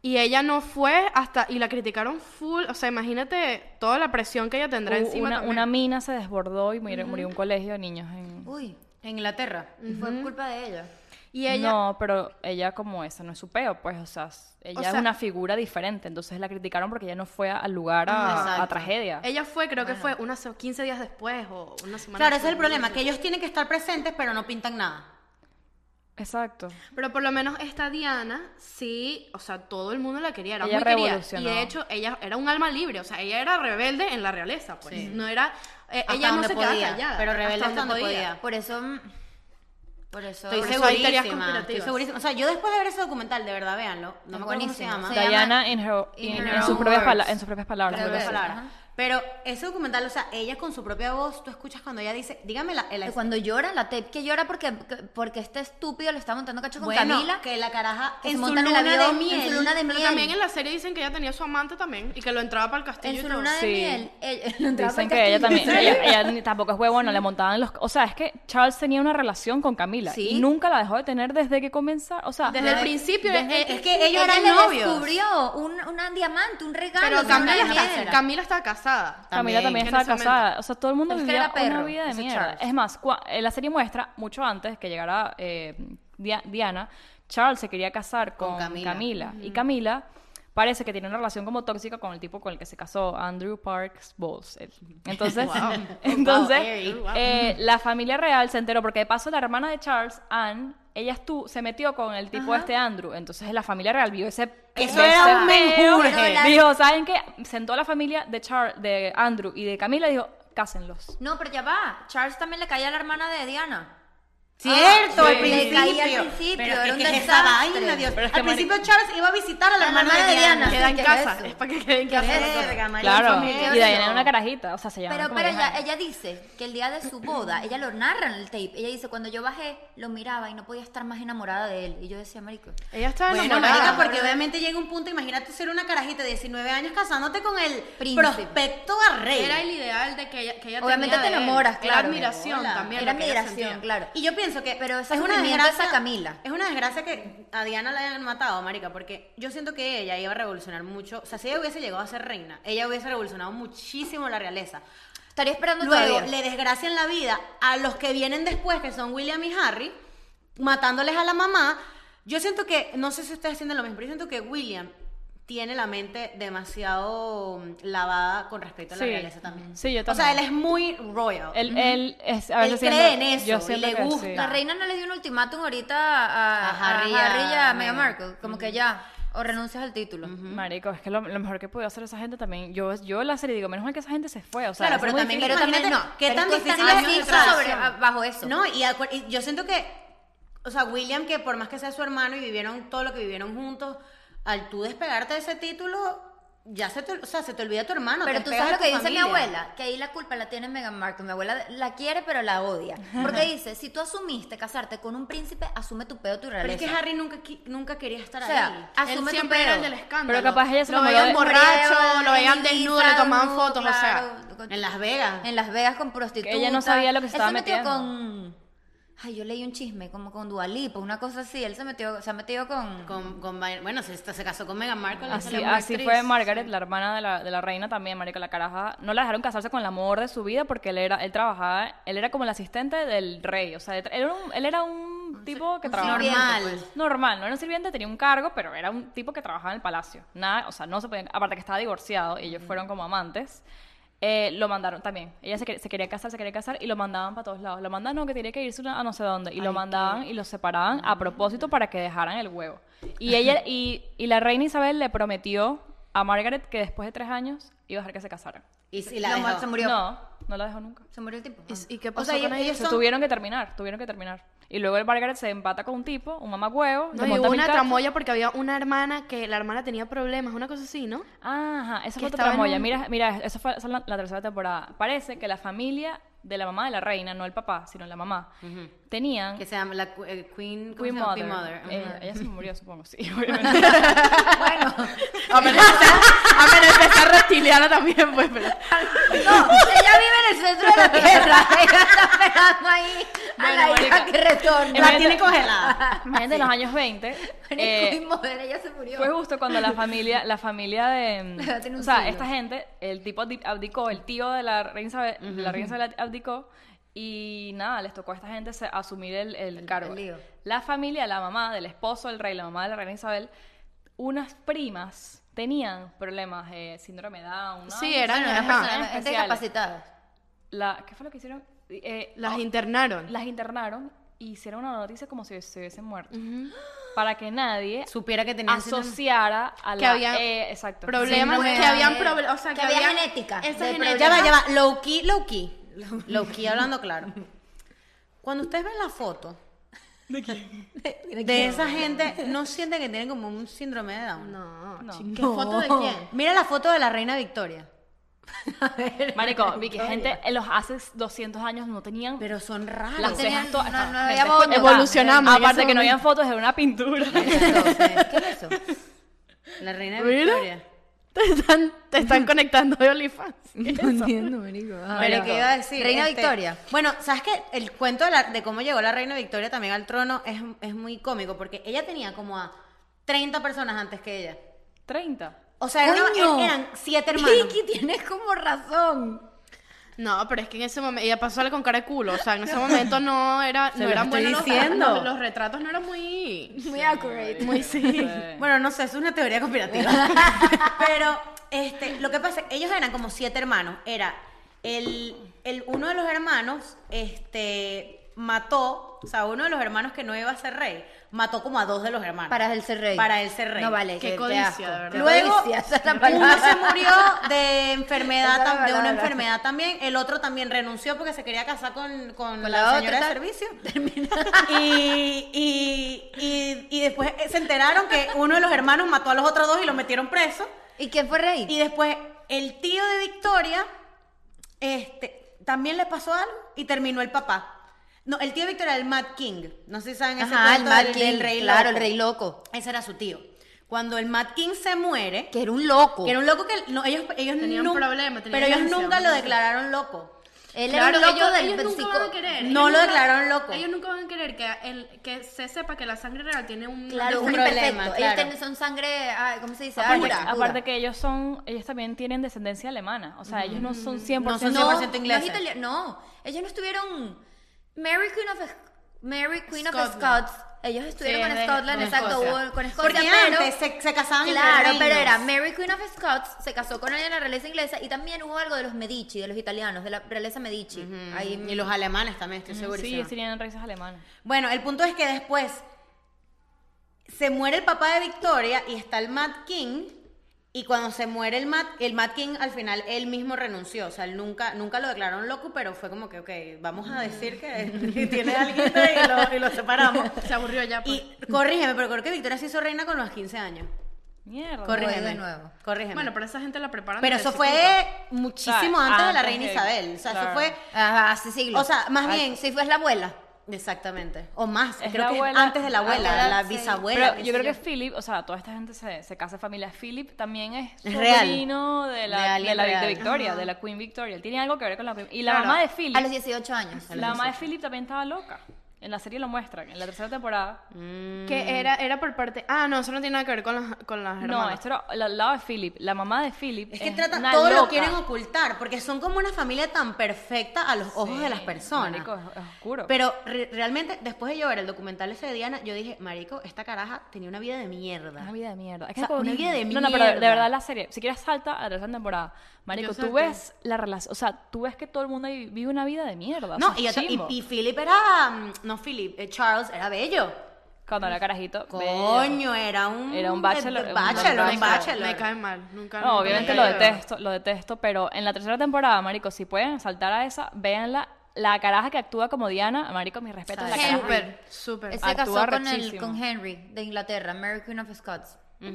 Speaker 2: Y ella no fue hasta. Y la criticaron full. O sea, imagínate toda la presión que ella tendrá
Speaker 3: Hubo
Speaker 2: encima.
Speaker 3: una,
Speaker 2: también.
Speaker 3: una mina se desbordó y murió, murió un colegio de niños en...
Speaker 4: Uy,
Speaker 1: En Inglaterra.
Speaker 4: y fue culpa de ella.
Speaker 2: Y ella.
Speaker 3: No, pero ella como esa no es su peo, pues, o sea, s- ella es
Speaker 2: sea-
Speaker 3: una figura diferente, entonces la criticaron porque ella no fue a- al lugar a- a,
Speaker 1: Exacto.
Speaker 3: tragedia.
Speaker 2: Ella fue, creo que fue unas 15 días después o una semana.
Speaker 1: Claro, ese es
Speaker 2: después,
Speaker 1: el problema, que ellos tienen que estar presentes, pero no pintan nada.
Speaker 3: Exacto.
Speaker 2: Pero por lo menos esta Diana, sí, o sea, todo el mundo la quería, era
Speaker 3: Ella
Speaker 2: muy querida. Y
Speaker 3: revolucionó.
Speaker 2: de hecho, ella era un alma libre, o sea, ella era rebelde en la realeza, pues. No era. eh,
Speaker 1: Hasta
Speaker 2: ella no
Speaker 1: donde
Speaker 2: se
Speaker 1: podía,
Speaker 2: quedaba callada.
Speaker 1: pero rebelde
Speaker 2: hasta donde
Speaker 1: hasta donde
Speaker 2: podía.
Speaker 1: podía.
Speaker 4: Por eso. mm, Por eso.
Speaker 1: Estoy
Speaker 4: por
Speaker 2: eso hay teorías
Speaker 1: segurísima, estoy
Speaker 2: conspirativas.
Speaker 1: segurísima. O sea, yo después de ver ese documental, de verdad, véanlo, no me acuerdo cómo se
Speaker 4: buenísimo,
Speaker 1: llama.
Speaker 4: sí. Se
Speaker 3: Diana
Speaker 4: llama
Speaker 3: in her-
Speaker 4: In
Speaker 3: in-
Speaker 4: Her
Speaker 3: en, sus
Speaker 4: Own
Speaker 3: propias pala-
Speaker 4: Words.
Speaker 3: en sus propias palabras.
Speaker 4: Creo
Speaker 3: creo
Speaker 4: que sí.
Speaker 3: que sí.
Speaker 1: palabra.
Speaker 4: Ajá.
Speaker 1: Pero ese documental, o sea, ella con su propia voz, tú escuchas cuando ella dice, dígame la, la-
Speaker 4: Eh, Cuando llora, la tape que llora porque, que- porque este estúpido le está montando cacho con
Speaker 1: Bueno,
Speaker 4: Camila.
Speaker 1: que la caraja
Speaker 4: que se
Speaker 1: en su
Speaker 4: montan
Speaker 1: luna
Speaker 4: en el
Speaker 1: de
Speaker 4: avión, en
Speaker 1: miel.
Speaker 4: su luna de
Speaker 2: Pero
Speaker 4: miel.
Speaker 2: también en la serie dicen que ella tenía su amante también y que lo entraba para el castillo.
Speaker 4: en
Speaker 2: y
Speaker 4: su
Speaker 2: todo.
Speaker 4: luna de
Speaker 3: Sí.
Speaker 4: miel. él- él entraba
Speaker 3: Dicen
Speaker 4: por
Speaker 3: que ella
Speaker 4: castillo.
Speaker 3: también, ella, ella ni- tampoco es huevona, le montaban los... O sea, es que Charles tenía una relación con Camila
Speaker 4: Sí.
Speaker 3: y nunca la dejó de tener desde que comenzó, o sea...
Speaker 2: Desde el principio, eh,
Speaker 1: Es que ellos
Speaker 4: Ella
Speaker 1: eran
Speaker 4: le
Speaker 1: novios.
Speaker 4: descubrió un, un diamante, un regalo.
Speaker 2: Pero
Speaker 4: su luna
Speaker 2: Camila,
Speaker 4: de
Speaker 2: está-
Speaker 4: miel.
Speaker 2: Camila estaba casada.
Speaker 3: Camila
Speaker 1: También.
Speaker 3: también
Speaker 2: En
Speaker 3: estaba
Speaker 2: ese
Speaker 3: casada. O sea, todo el mundo
Speaker 4: Pero es que
Speaker 3: vivía
Speaker 4: era perro,
Speaker 3: una vida de
Speaker 4: ese
Speaker 3: mierda.
Speaker 4: Charles.
Speaker 3: Es más, cua- eh, la serie muestra mucho antes que llegara eh, Dia- Diana, Charles se quería casar con,
Speaker 1: Con Camila.
Speaker 3: Camila. Y Camila parece que tiene una relación como tóxica con el tipo con el que se casó, Andrew Parks Bowles. él. Entonces,
Speaker 2: Wow.
Speaker 3: entonces
Speaker 2: Wow, Eric, wow.
Speaker 3: eh, la familia real se enteró porque de paso la hermana de Charles, Anne, ella estuvo, se metió con el tipo este Andrew. Entonces la familia real vio ese...
Speaker 1: Eso era
Speaker 3: ese
Speaker 1: un
Speaker 3: peo.
Speaker 1: menjurje.
Speaker 3: Dijo, ¿saben qué? Sentó a la familia de, Char de Andrew y de Camila y dijo, cásenlos.
Speaker 4: No, pero ya va. Charles también le caía a la hermana de Diana.
Speaker 1: Cierto,
Speaker 4: Ah,
Speaker 1: al
Speaker 4: sí.
Speaker 1: principio.
Speaker 4: Le caía al principio,
Speaker 1: Pero
Speaker 4: era
Speaker 1: es
Speaker 4: un
Speaker 1: que es esa
Speaker 4: desastre.
Speaker 1: vaina, Dios.
Speaker 3: Pero es que
Speaker 1: Al
Speaker 3: mari-
Speaker 1: principio Charles iba a visitar a la, hermana, de Diana.
Speaker 2: Queda en
Speaker 4: ¿Qué
Speaker 2: casa,
Speaker 4: es eso?
Speaker 2: es para que quede en
Speaker 4: Qué
Speaker 2: casa.
Speaker 4: horror.
Speaker 1: Verga, marico,
Speaker 3: Claro.
Speaker 1: qué
Speaker 3: Y
Speaker 1: horror.
Speaker 3: Diana era una carajita, o sea, se llamaban
Speaker 4: Pero,
Speaker 3: como
Speaker 4: pero
Speaker 3: viejas.
Speaker 4: ella, ella dice que el día de su boda, ella lo narra en el tape. Ella dice, cuando yo bajé, lo miraba y no podía estar más enamorada de él. Y yo decía, marico.
Speaker 2: Ella estaba
Speaker 1: Bueno,
Speaker 2: enamorada.
Speaker 1: marica, porque obviamente llega un punto, imagínate ser una carajita de 19 años casándote con el
Speaker 4: Príncipe.
Speaker 1: prospecto a rey.
Speaker 2: Era el ideal de que ella, que ella
Speaker 4: Obviamente
Speaker 2: tenía
Speaker 4: te
Speaker 2: de él.
Speaker 4: enamoras, claro.
Speaker 2: Era admiración
Speaker 1: Hola.
Speaker 2: también.
Speaker 4: Era
Speaker 2: lo que ella
Speaker 4: admiración,
Speaker 2: sentía.
Speaker 4: claro.
Speaker 1: Y yo pienso que
Speaker 4: Pero ese sufrimiento esa Camila.
Speaker 1: Es una desgracia que a Diana la hayan matado, marica, porque yo siento que ella iba a revolucionar mucho. O sea, si ella hubiese llegado a ser reina, ella hubiese revolucionado muchísimo la realeza.
Speaker 4: Estaría esperando
Speaker 1: Luego
Speaker 4: todavía.
Speaker 1: le desgracian la vida a los que vienen después, que son William y Harry, matándoles a la mamá. Yo siento que, no sé si ustedes sienten lo mismo, pero yo siento que William tiene la mente demasiado mm, lavada con respecto a la
Speaker 3: Sí.
Speaker 1: realeza también.
Speaker 3: Sí, yo
Speaker 1: O sea,
Speaker 3: también.
Speaker 1: él es muy royal.
Speaker 3: Él, él es, a
Speaker 1: Él
Speaker 3: veces
Speaker 1: cree
Speaker 3: siento-
Speaker 1: en eso
Speaker 3: yo
Speaker 1: y
Speaker 3: siento
Speaker 1: le
Speaker 3: que
Speaker 1: gusta.
Speaker 3: sí.
Speaker 4: La reina no le dio un ultimátum ahorita
Speaker 1: A
Speaker 4: a, a
Speaker 1: Harry
Speaker 4: Harry,
Speaker 1: y a
Speaker 4: y a Meghan
Speaker 1: Meghan.
Speaker 4: Markle. Como que ya, o renuncias al título.
Speaker 3: Marico, es que lo, lo mejor que pudo hacer esa gente también. Yo, yo la serie digo, menos mal que esa gente se fue. O sea,
Speaker 1: Claro,
Speaker 3: es
Speaker 1: pero
Speaker 3: muy
Speaker 1: también-
Speaker 3: difícil.
Speaker 4: Pero también
Speaker 1: Imagínate,
Speaker 4: no.
Speaker 1: ¿qué
Speaker 4: pero
Speaker 1: tan
Speaker 4: tú
Speaker 1: difícil
Speaker 4: estás
Speaker 1: es
Speaker 4: fija
Speaker 1: entrar?
Speaker 4: sobre- a- bajo eso?
Speaker 1: No, y, acu- y yo siento que, o sea, William, que por más que sea su hermano y vivieron todo lo que vivieron juntos, al tú despegarte de ese título, ya se te, o sea, se te olvida tu hermano.
Speaker 4: Pero
Speaker 1: te
Speaker 4: tú
Speaker 1: despegas
Speaker 4: sabes lo que
Speaker 1: de
Speaker 4: dice
Speaker 1: tu
Speaker 4: mi
Speaker 1: familia.
Speaker 4: abuela, que ahí la culpa la tiene Meghan Markle. Mi abuela la quiere, pero la odia. Porque dice, si tú asumiste casarte con un príncipe, asume tu pedo, tu
Speaker 1: Pero
Speaker 4: realeza.
Speaker 1: es que Harry nunca, qui- nunca quería estar
Speaker 4: O sea, ah,
Speaker 1: ahí.
Speaker 2: Él
Speaker 4: asume tu
Speaker 2: siempre era el
Speaker 4: pedo.
Speaker 2: del escándalo.
Speaker 3: Pero capaz ella se
Speaker 2: lo
Speaker 3: enamoró
Speaker 2: veían
Speaker 3: de-
Speaker 2: borracho,
Speaker 4: Prueba,
Speaker 2: lo veían
Speaker 4: analiza,
Speaker 2: desnudo, le tomaban
Speaker 4: no,
Speaker 2: fotos, o sea.
Speaker 4: claro, con-
Speaker 1: En Las Vegas.
Speaker 4: En Las Vegas con prostitutas.
Speaker 3: ella no sabía lo que se
Speaker 4: Él
Speaker 3: estaba
Speaker 4: metió
Speaker 3: metiendo.
Speaker 4: con... Ay, yo leí un chisme, como con Dualipa, una cosa así. Él se metió, se ha metido con...
Speaker 1: Con, con Bayern- bueno, se, se casó con Meghan Markle.
Speaker 2: Ah,
Speaker 1: le
Speaker 3: Así,
Speaker 1: salió una
Speaker 3: así
Speaker 1: actriz.
Speaker 3: fue Margaret, la hermana de la, de la reina también, marico, la caraja. No la dejaron casarse con el amor de su vida porque él era, él trabajaba, él era como el asistente del rey. O sea, él era un, él era un tipo que trabajaba.
Speaker 4: sirviente,
Speaker 1: Normal.
Speaker 3: pues. Normal, no era un sirviente, tenía un cargo, pero era un tipo que trabajaba en el palacio. Nada, o sea, no se podían, aparte que estaba divorciado, y ellos fueron como amantes. eh, lo mandaron también. Ella se, quer- se quería casar, se quería casar y lo mandaban para todos lados. Lo mandaban, no, que tenía que irse una- a no sé dónde. Y lo mandaban y lo separaban a propósito para que dejaran el huevo. Y ella y, y la reina Isabel le prometió a Margaret que después de tres años iba a dejar que se casaran.
Speaker 1: Y, sí, la
Speaker 4: No,
Speaker 1: dejó.
Speaker 4: se murió.
Speaker 3: No, no la dejó nunca.
Speaker 4: Se murió el tipo. Ah.
Speaker 2: ¿Y qué
Speaker 1: O
Speaker 2: pasó
Speaker 1: sea,
Speaker 2: con
Speaker 1: ellos,
Speaker 2: ella?
Speaker 1: ellos
Speaker 3: Se
Speaker 1: son-
Speaker 3: tuvieron que terminar, tuvieron que terminar. Y luego el Margaret se empata con un tipo, un mamagüevo.
Speaker 2: No,
Speaker 3: le
Speaker 2: y
Speaker 3: monta
Speaker 2: hubo
Speaker 3: mil
Speaker 2: una
Speaker 3: cachos.
Speaker 2: tramoya porque había una hermana que la hermana tenía problemas, una cosa así, ¿no?
Speaker 3: Ajá, esa
Speaker 2: que
Speaker 3: fue
Speaker 2: estaba
Speaker 3: otra
Speaker 2: en
Speaker 3: tramoya.
Speaker 2: un-
Speaker 3: Mira, mira, esa fue esa es la, la tercera temporada. Parece que la familia de la mamá de la reina, no el papá, sino la mamá, tenían
Speaker 1: Que se llama la cu- eh, Queen, ¿cómo
Speaker 3: Queen
Speaker 1: se llama?
Speaker 3: Mother.
Speaker 1: Queen Mother.
Speaker 3: Eh,
Speaker 1: Ajá.
Speaker 3: ella se murió, supongo, sí, obviamente.
Speaker 4: Bueno,
Speaker 1: A menos que sea- a menos que sea
Speaker 2: era reptiliana también, pues, pero...
Speaker 4: No, ella vive en el centro de la tierra. Ella está esperando ahí a
Speaker 3: Bueno,
Speaker 4: la hija
Speaker 3: marica,
Speaker 4: que retorne.
Speaker 3: en vez
Speaker 1: La
Speaker 3: de-
Speaker 1: tiene congelada.
Speaker 3: Imagínate en los años 20. eh,
Speaker 4: Marico, mi madre, ella se murió.
Speaker 3: Fue justo cuando la familia, la familia de,
Speaker 4: Le va a tener
Speaker 3: mm,
Speaker 4: un
Speaker 3: o sea,
Speaker 4: siglo.
Speaker 3: esta gente, el tipo abdi- abdicó, el tío de la reina Isabel, de la reina Isabel abdicó y nada, les tocó a esta gente se- asumir el, el cargo.
Speaker 4: el lío.
Speaker 3: La familia, la mamá del esposo del rey, la mamá de la reina Isabel, unas primas tenían problemas, eh, síndrome de Down. ¿no?
Speaker 2: Sí, eran,
Speaker 4: Bueno, eran
Speaker 2: ajá,
Speaker 4: personas- gente
Speaker 3: especiales.
Speaker 4: capacitada.
Speaker 3: La, ¿Qué fue lo que hicieron? Eh,
Speaker 2: Las
Speaker 3: oh,
Speaker 2: internaron.
Speaker 3: las internaron y hicieron una noticia como si se hubiesen muerto. Para que nadie
Speaker 1: Supiera que tenía síndrome.
Speaker 3: asociara a la
Speaker 2: Que había
Speaker 3: eh, exacto
Speaker 2: problemas
Speaker 4: Síndrome
Speaker 2: que habían
Speaker 4: de-
Speaker 2: problemas, o sea,
Speaker 4: que había genética,
Speaker 2: Esa
Speaker 4: de
Speaker 2: genética.
Speaker 1: Ya va, ya va. Low key, low key. Low key, hablando claro. Cuando ustedes ven la foto de esa gente, ¿no sienten que tienen como un síndrome de Down?
Speaker 4: No.
Speaker 3: No.
Speaker 2: ¿Qué foto de quién?
Speaker 1: Mira la foto de la reina Victoria.
Speaker 3: Marico, Vicky, gente en los hace 200 años no tenían
Speaker 1: Pero son raros.
Speaker 3: las
Speaker 4: tenían-
Speaker 3: cejas todas.
Speaker 4: no-
Speaker 3: estaban-
Speaker 4: no
Speaker 3: gente
Speaker 4: había botox.
Speaker 3: explotada.
Speaker 2: Evolucionamos, ya
Speaker 3: Ah, Aparte
Speaker 2: son
Speaker 3: que
Speaker 2: un-
Speaker 3: no habían fotos, era una pintura.
Speaker 4: ¿Qué es eso?
Speaker 1: La reina
Speaker 2: Mira.
Speaker 1: Victoria.
Speaker 2: Te están, te están conectando de OnlyFans.
Speaker 4: No entiendo, marico. Ah,
Speaker 1: Pero
Speaker 4: marico.
Speaker 1: qué iba a decir.
Speaker 4: Reina
Speaker 1: Este,
Speaker 4: Victoria.
Speaker 1: Bueno, sabes que el cuento de, la- de cómo llegó la reina Victoria también al trono es, es muy cómico porque ella tenía como a 30 personas antes que ella.
Speaker 3: 30.
Speaker 1: O sea, era una- er,
Speaker 4: Coño.
Speaker 1: eran siete hermanos.
Speaker 4: Vicky, tienes como razón.
Speaker 2: No, pero es que en ese momento ella pasó con cara de culo, o sea, en ese momento no era no
Speaker 1: lo
Speaker 2: eran
Speaker 1: estoy
Speaker 2: buenos los-
Speaker 1: diciendo.
Speaker 2: Los, los retratos no eran muy
Speaker 4: Muy accurate.
Speaker 2: muy sí.
Speaker 1: Bueno, no sé, es una teoría conspirativa. Pero este, lo que pasa, ellos eran como siete hermanos. Era el, el- uno de los hermanos, este, mató, o sea, uno de los hermanos que no iba a ser rey, mató como a dos de los hermanos.
Speaker 4: Para él ser rey.
Speaker 1: Para él ser rey.
Speaker 4: No vale.
Speaker 2: Qué
Speaker 4: qué
Speaker 2: codicia,
Speaker 4: asco.
Speaker 2: de verdad.
Speaker 4: Qué
Speaker 1: Luego,
Speaker 4: codicia, esa es la
Speaker 1: uno
Speaker 4: palabra.
Speaker 1: se murió de enfermedad,
Speaker 4: Esa es la
Speaker 1: tam- de una
Speaker 4: palabra.
Speaker 1: enfermedad también. El otro también renunció porque se quería casar con, con
Speaker 4: Con
Speaker 1: la,
Speaker 4: la
Speaker 1: señora
Speaker 4: otra.
Speaker 1: de servicio. Y, y, y, y después se enteraron que uno de los hermanos mató a los otros dos y los metieron preso.
Speaker 4: ¿Y quién fue rey?
Speaker 1: Y después el tío de Victoria este, también le pasó algo y terminó el papá. No, el tío de Victoria era el Mad King. No sé si saben ese
Speaker 4: Ajá, el
Speaker 1: cuento
Speaker 4: Mad
Speaker 1: del-
Speaker 4: King,
Speaker 1: del rey
Speaker 4: claro,
Speaker 1: loco.
Speaker 4: el rey loco.
Speaker 1: Ese era su tío. Cuando el Mad King se muere,
Speaker 4: Que era un loco.
Speaker 1: que era un loco que no, ellos, ellos
Speaker 2: Tenían
Speaker 1: nun-
Speaker 2: problemas, tenían
Speaker 1: pero ellos
Speaker 2: ansiedad,
Speaker 1: nunca
Speaker 2: no
Speaker 1: lo
Speaker 2: sé.
Speaker 1: declararon loco.
Speaker 4: Él
Speaker 2: Claro,
Speaker 4: era un loco
Speaker 2: ellos-
Speaker 4: del
Speaker 2: ellos nunca van a
Speaker 4: psico-
Speaker 2: querer,
Speaker 1: No
Speaker 2: ellos
Speaker 1: lo
Speaker 2: nunca-
Speaker 1: declararon loco.
Speaker 2: Ellos nunca van a querer que, el, que se sepa que la sangre real tiene un
Speaker 4: Claro,
Speaker 1: Un
Speaker 4: un
Speaker 1: problema,
Speaker 4: imperfecto. Ellos
Speaker 1: claro.
Speaker 4: tienen- son sangre, ay, ¿cómo se dice?
Speaker 3: Aparte,
Speaker 4: Pura,
Speaker 3: que-
Speaker 4: pura.
Speaker 3: aparte que ellos son, ellos también tienen descendencia alemana. O sea, ellos no son 100%.
Speaker 1: Mm. No son
Speaker 4: no,
Speaker 1: 100% ingleses.
Speaker 4: No, es itali- no, ellos no estuvieron. Mary Queen of, Mary Queen of
Speaker 2: Scotland.
Speaker 4: Scots. Ellos estuvieron
Speaker 2: Sí,
Speaker 4: con
Speaker 2: de-
Speaker 4: Scotland,
Speaker 2: con
Speaker 4: exacto,
Speaker 2: Escocia.
Speaker 4: hubo- con Escocia.
Speaker 1: Porque
Speaker 4: pero,
Speaker 1: antes se, se casaban entre
Speaker 4: Claro, pero
Speaker 1: reinos.
Speaker 4: era Mary Queen of Scots, se casó con ella en la realeza inglesa y también hubo algo de los Medici, de los italianos, de la realeza Medici. Ahí
Speaker 1: Y los alemanes también, estoy seguro.
Speaker 3: Sí, ellos tenían raíces alemanas.
Speaker 1: Bueno, el punto es que después se muere el papá de Victoria y está el Mad King. Y cuando se muere el Mad, el Mad King, al final él mismo renunció. O sea, él nunca, nunca lo declararon loco, pero fue como que, ok, vamos a decir que tiene alguien y lo, y lo separamos.
Speaker 2: Se aburrió ya. pues.
Speaker 1: Y corrígeme, pero creo que Victoria se hizo reina con los 15 años.
Speaker 3: Mierda.
Speaker 1: Corrígeme.
Speaker 4: Voy de nuevo.
Speaker 1: Corrígeme.
Speaker 2: Bueno, pero esa gente la preparan.
Speaker 1: pero
Speaker 2: desde
Speaker 1: eso
Speaker 2: ese
Speaker 1: fue muchísimo
Speaker 3: O sea,
Speaker 1: antes de la
Speaker 3: antes
Speaker 1: reina
Speaker 3: de-
Speaker 1: Isabel. O sea, eso
Speaker 3: claro.
Speaker 1: fue
Speaker 4: Ajá, hace siglos.
Speaker 1: O sea, más
Speaker 4: Ay,
Speaker 1: bien-
Speaker 4: Sí, fue es la abuela.
Speaker 1: Exactamente. O más.
Speaker 3: Es
Speaker 1: creo
Speaker 3: la
Speaker 1: que es
Speaker 3: abuela-
Speaker 1: antes de la abuela,
Speaker 4: Abuela,
Speaker 1: la
Speaker 4: sí.
Speaker 1: bisabuela.
Speaker 3: Pero
Speaker 1: qué
Speaker 3: yo
Speaker 1: sé
Speaker 3: creo que Philip, o sea, toda esta gente se, se casa de familia. Philip también es
Speaker 1: Es real.
Speaker 3: sobrino de
Speaker 1: De
Speaker 3: la, de,
Speaker 1: alguien
Speaker 3: la- de
Speaker 1: real.
Speaker 3: Victoria, de la Queen Victoria. Él tiene algo que ver con la Queen. Y la
Speaker 2: Claro.
Speaker 3: mamá de Philip.
Speaker 4: A los 18 años.
Speaker 3: La mamá de Philip también estaba loca. En la serie lo muestran, en la tercera temporada.
Speaker 2: tipo. Que era, era por parte. Ah, no, eso no tiene nada que ver con las, con las
Speaker 3: No,
Speaker 2: hermanas.
Speaker 3: esto era al lado de Philip. La mamá de Philip.
Speaker 1: Es que
Speaker 3: una
Speaker 1: trata, todo lo
Speaker 3: loca.
Speaker 1: quieren ocultar, porque son como una familia tan perfecta a los ojos de las personas.
Speaker 3: marico, es- es oscuro.
Speaker 1: Pero re- realmente, después de yo ver el documental ese de Diana, yo dije, marico, esta caraja tenía una vida de mierda.
Speaker 3: Una vida de mierda. Es
Speaker 1: O sea,
Speaker 3: como
Speaker 1: una vida de
Speaker 3: No, no, pero de- de
Speaker 1: mierda.
Speaker 3: verdad la serie. Si quieres salta a la tercera temporada. Marico,
Speaker 2: Yo
Speaker 3: tú
Speaker 2: salté.
Speaker 3: ves la relación. O sea, tú ves que todo el mundo ahí vive una vida de mierda.
Speaker 1: No,
Speaker 3: o sea,
Speaker 1: y,
Speaker 3: es
Speaker 1: otro- y-
Speaker 3: chimbo.
Speaker 1: y Philip era, mm, no Philip, eh, Charles era bello.
Speaker 3: Cuando era carajito. bello.
Speaker 1: Coño, era un...
Speaker 3: Era un bachelor,
Speaker 1: eh,
Speaker 3: un
Speaker 1: bachelor, un
Speaker 3: bachelor.
Speaker 1: bachelor.
Speaker 2: Me cae mal. Nunca.
Speaker 3: No, obviamente
Speaker 2: nunca
Speaker 3: lo
Speaker 2: me cayó.
Speaker 3: detesto, lo detesto, pero en la tercera temporada, marico, si pueden saltar a esa, véanla. La caraja que actúa como Diana, marico, mis respetos. La
Speaker 4: Sabe.
Speaker 3: caraja.
Speaker 2: Súper, súper.
Speaker 4: Se casó
Speaker 3: Actúa
Speaker 4: con, el,
Speaker 3: rechísimo.
Speaker 4: con Henry de Inglaterra, Mary Queen of Scots.
Speaker 1: Ujú.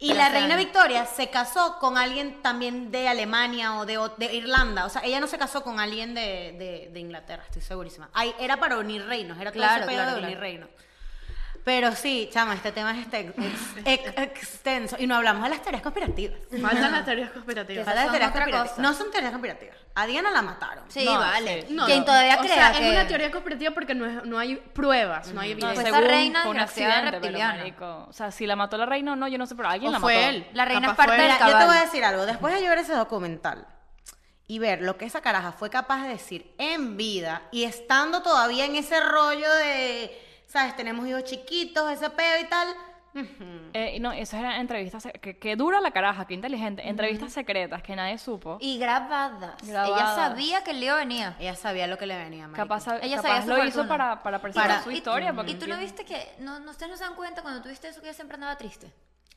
Speaker 1: Y
Speaker 4: Pero
Speaker 1: la
Speaker 4: sabe.
Speaker 1: reina Victoria se casó con alguien también de Alemania o de, o- de Irlanda. O sea, ella no se casó con alguien de, de- de Inglaterra, estoy segurísima. Ay, era para unir reinos, era claro,
Speaker 4: Claro, claro,
Speaker 1: de
Speaker 4: claro.
Speaker 1: unir reinos. Pero sí, chama, este tema es este- ex- ex- extenso. Y no hablamos de las teorías conspirativas.
Speaker 2: Faltan las teorías
Speaker 4: Que
Speaker 2: conspirativas.
Speaker 1: Falta de
Speaker 4: son
Speaker 1: teorías
Speaker 4: otra
Speaker 1: conspirativas.
Speaker 4: cosa.
Speaker 1: No son teorías conspirativas. A Diana la mataron.
Speaker 4: Sí,
Speaker 3: No,
Speaker 4: vale.
Speaker 3: sí.
Speaker 4: Quien todavía
Speaker 2: o
Speaker 4: crea
Speaker 2: sea,
Speaker 4: que...
Speaker 2: es una teoría conspirativa porque no, es- no hay pruebas, no hay
Speaker 3: No,
Speaker 4: Pues
Speaker 2: evidencia.
Speaker 4: esa
Speaker 3: según
Speaker 4: reina
Speaker 3: fue un
Speaker 4: desgraciada
Speaker 3: accidente, pero
Speaker 4: reptiliana.
Speaker 3: marico, O sea, si la mató la reina o no, yo no sé, pero alguien
Speaker 2: O
Speaker 3: la mató.
Speaker 2: fue él.
Speaker 4: La reina
Speaker 2: Capaz
Speaker 4: es parte
Speaker 2: fue
Speaker 4: del
Speaker 2: él.
Speaker 1: Mira, yo te voy a
Speaker 4: cabal.
Speaker 1: decir algo. Después de yo ver ese documental y ver lo que esa caraja fue capaz de decir en vida y estando todavía en ese rollo de, ¿sabes? Tenemos hijos chiquitos, ese pedo y tal. ujú.
Speaker 3: Eh, y no, esas eran entrevistas sec- que, que dura la caraja, que inteligente. Entrevistas secretas que nadie supo.
Speaker 4: Y grabadas. Ella
Speaker 3: Grabadas.
Speaker 4: sabía que el lío venía.
Speaker 1: Ella sabía lo que le venía, marico.
Speaker 3: capaz
Speaker 4: Ella
Speaker 3: capaz
Speaker 4: sabía su
Speaker 3: lo hizo
Speaker 4: fortuna.
Speaker 3: para, para preservar
Speaker 1: Para-
Speaker 3: su
Speaker 4: Y-
Speaker 3: historia.
Speaker 4: Y,
Speaker 3: porque
Speaker 4: tú no
Speaker 3: entiendo.
Speaker 4: viste que... No, no, ustedes no se dan cuenta cuando tuviste eso que ella siempre andaba triste.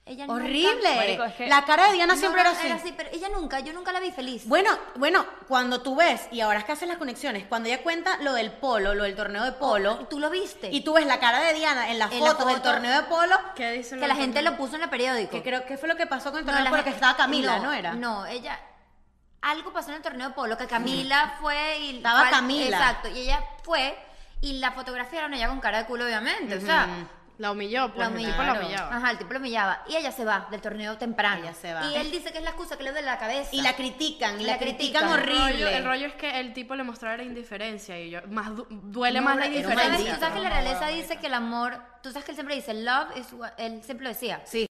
Speaker 4: Ella nunca-
Speaker 1: Horrible.
Speaker 3: Marico, es que-
Speaker 1: La cara de Diana
Speaker 4: No,
Speaker 1: siempre
Speaker 4: no,
Speaker 1: era así.
Speaker 4: pero ella nunca, yo nunca la vi feliz.
Speaker 1: Bueno, bueno, cuando tú ves, y ahora es que haces las conexiones, cuando ella cuenta lo del polo, lo del torneo de polo,
Speaker 4: Oh, Tú lo viste.
Speaker 1: y tú ves la cara de Diana en las
Speaker 4: En la
Speaker 1: fotos del
Speaker 4: foto.
Speaker 1: torneo de polo,
Speaker 2: ¿Qué dicen
Speaker 4: pues, que la
Speaker 2: los
Speaker 4: gente
Speaker 2: otros?
Speaker 4: lo puso en el periódico.
Speaker 1: que creo que fue lo que pasó con el
Speaker 4: No,
Speaker 1: torneo de
Speaker 4: la
Speaker 1: polo,
Speaker 4: gente-
Speaker 1: que estaba Camila, ¿no, era?
Speaker 4: No, ella. Algo pasó en el torneo de polo, que Camila fue y.
Speaker 1: Estaba
Speaker 4: fue al-
Speaker 1: Camila.
Speaker 4: Exacto, y ella fue y la fotografiaron ella con cara de culo, obviamente. O sea,
Speaker 2: La humilló, pues
Speaker 4: la
Speaker 2: el
Speaker 4: humillaba.
Speaker 2: tipo la humillaba.
Speaker 4: Ajá, el tipo la humillaba. Y ella se va del torneo temprano.
Speaker 1: Ella se va.
Speaker 4: Y él dice que es la excusa que le duele la cabeza.
Speaker 1: Y la critican, y la,
Speaker 4: La
Speaker 1: critican,
Speaker 4: critican.
Speaker 1: horrible.
Speaker 2: El rollo, el rollo es que el tipo le mostraba la indiferencia y yo, más du- duele
Speaker 4: No,
Speaker 2: más la
Speaker 4: pero-
Speaker 1: era un
Speaker 4: ¿sabes?
Speaker 2: indiferencia.
Speaker 4: Tú sabes que la
Speaker 3: maldito.
Speaker 4: realeza dice que el amor. Tú sabes que él siempre dice, love is what. Él siempre lo decía.
Speaker 1: Sí.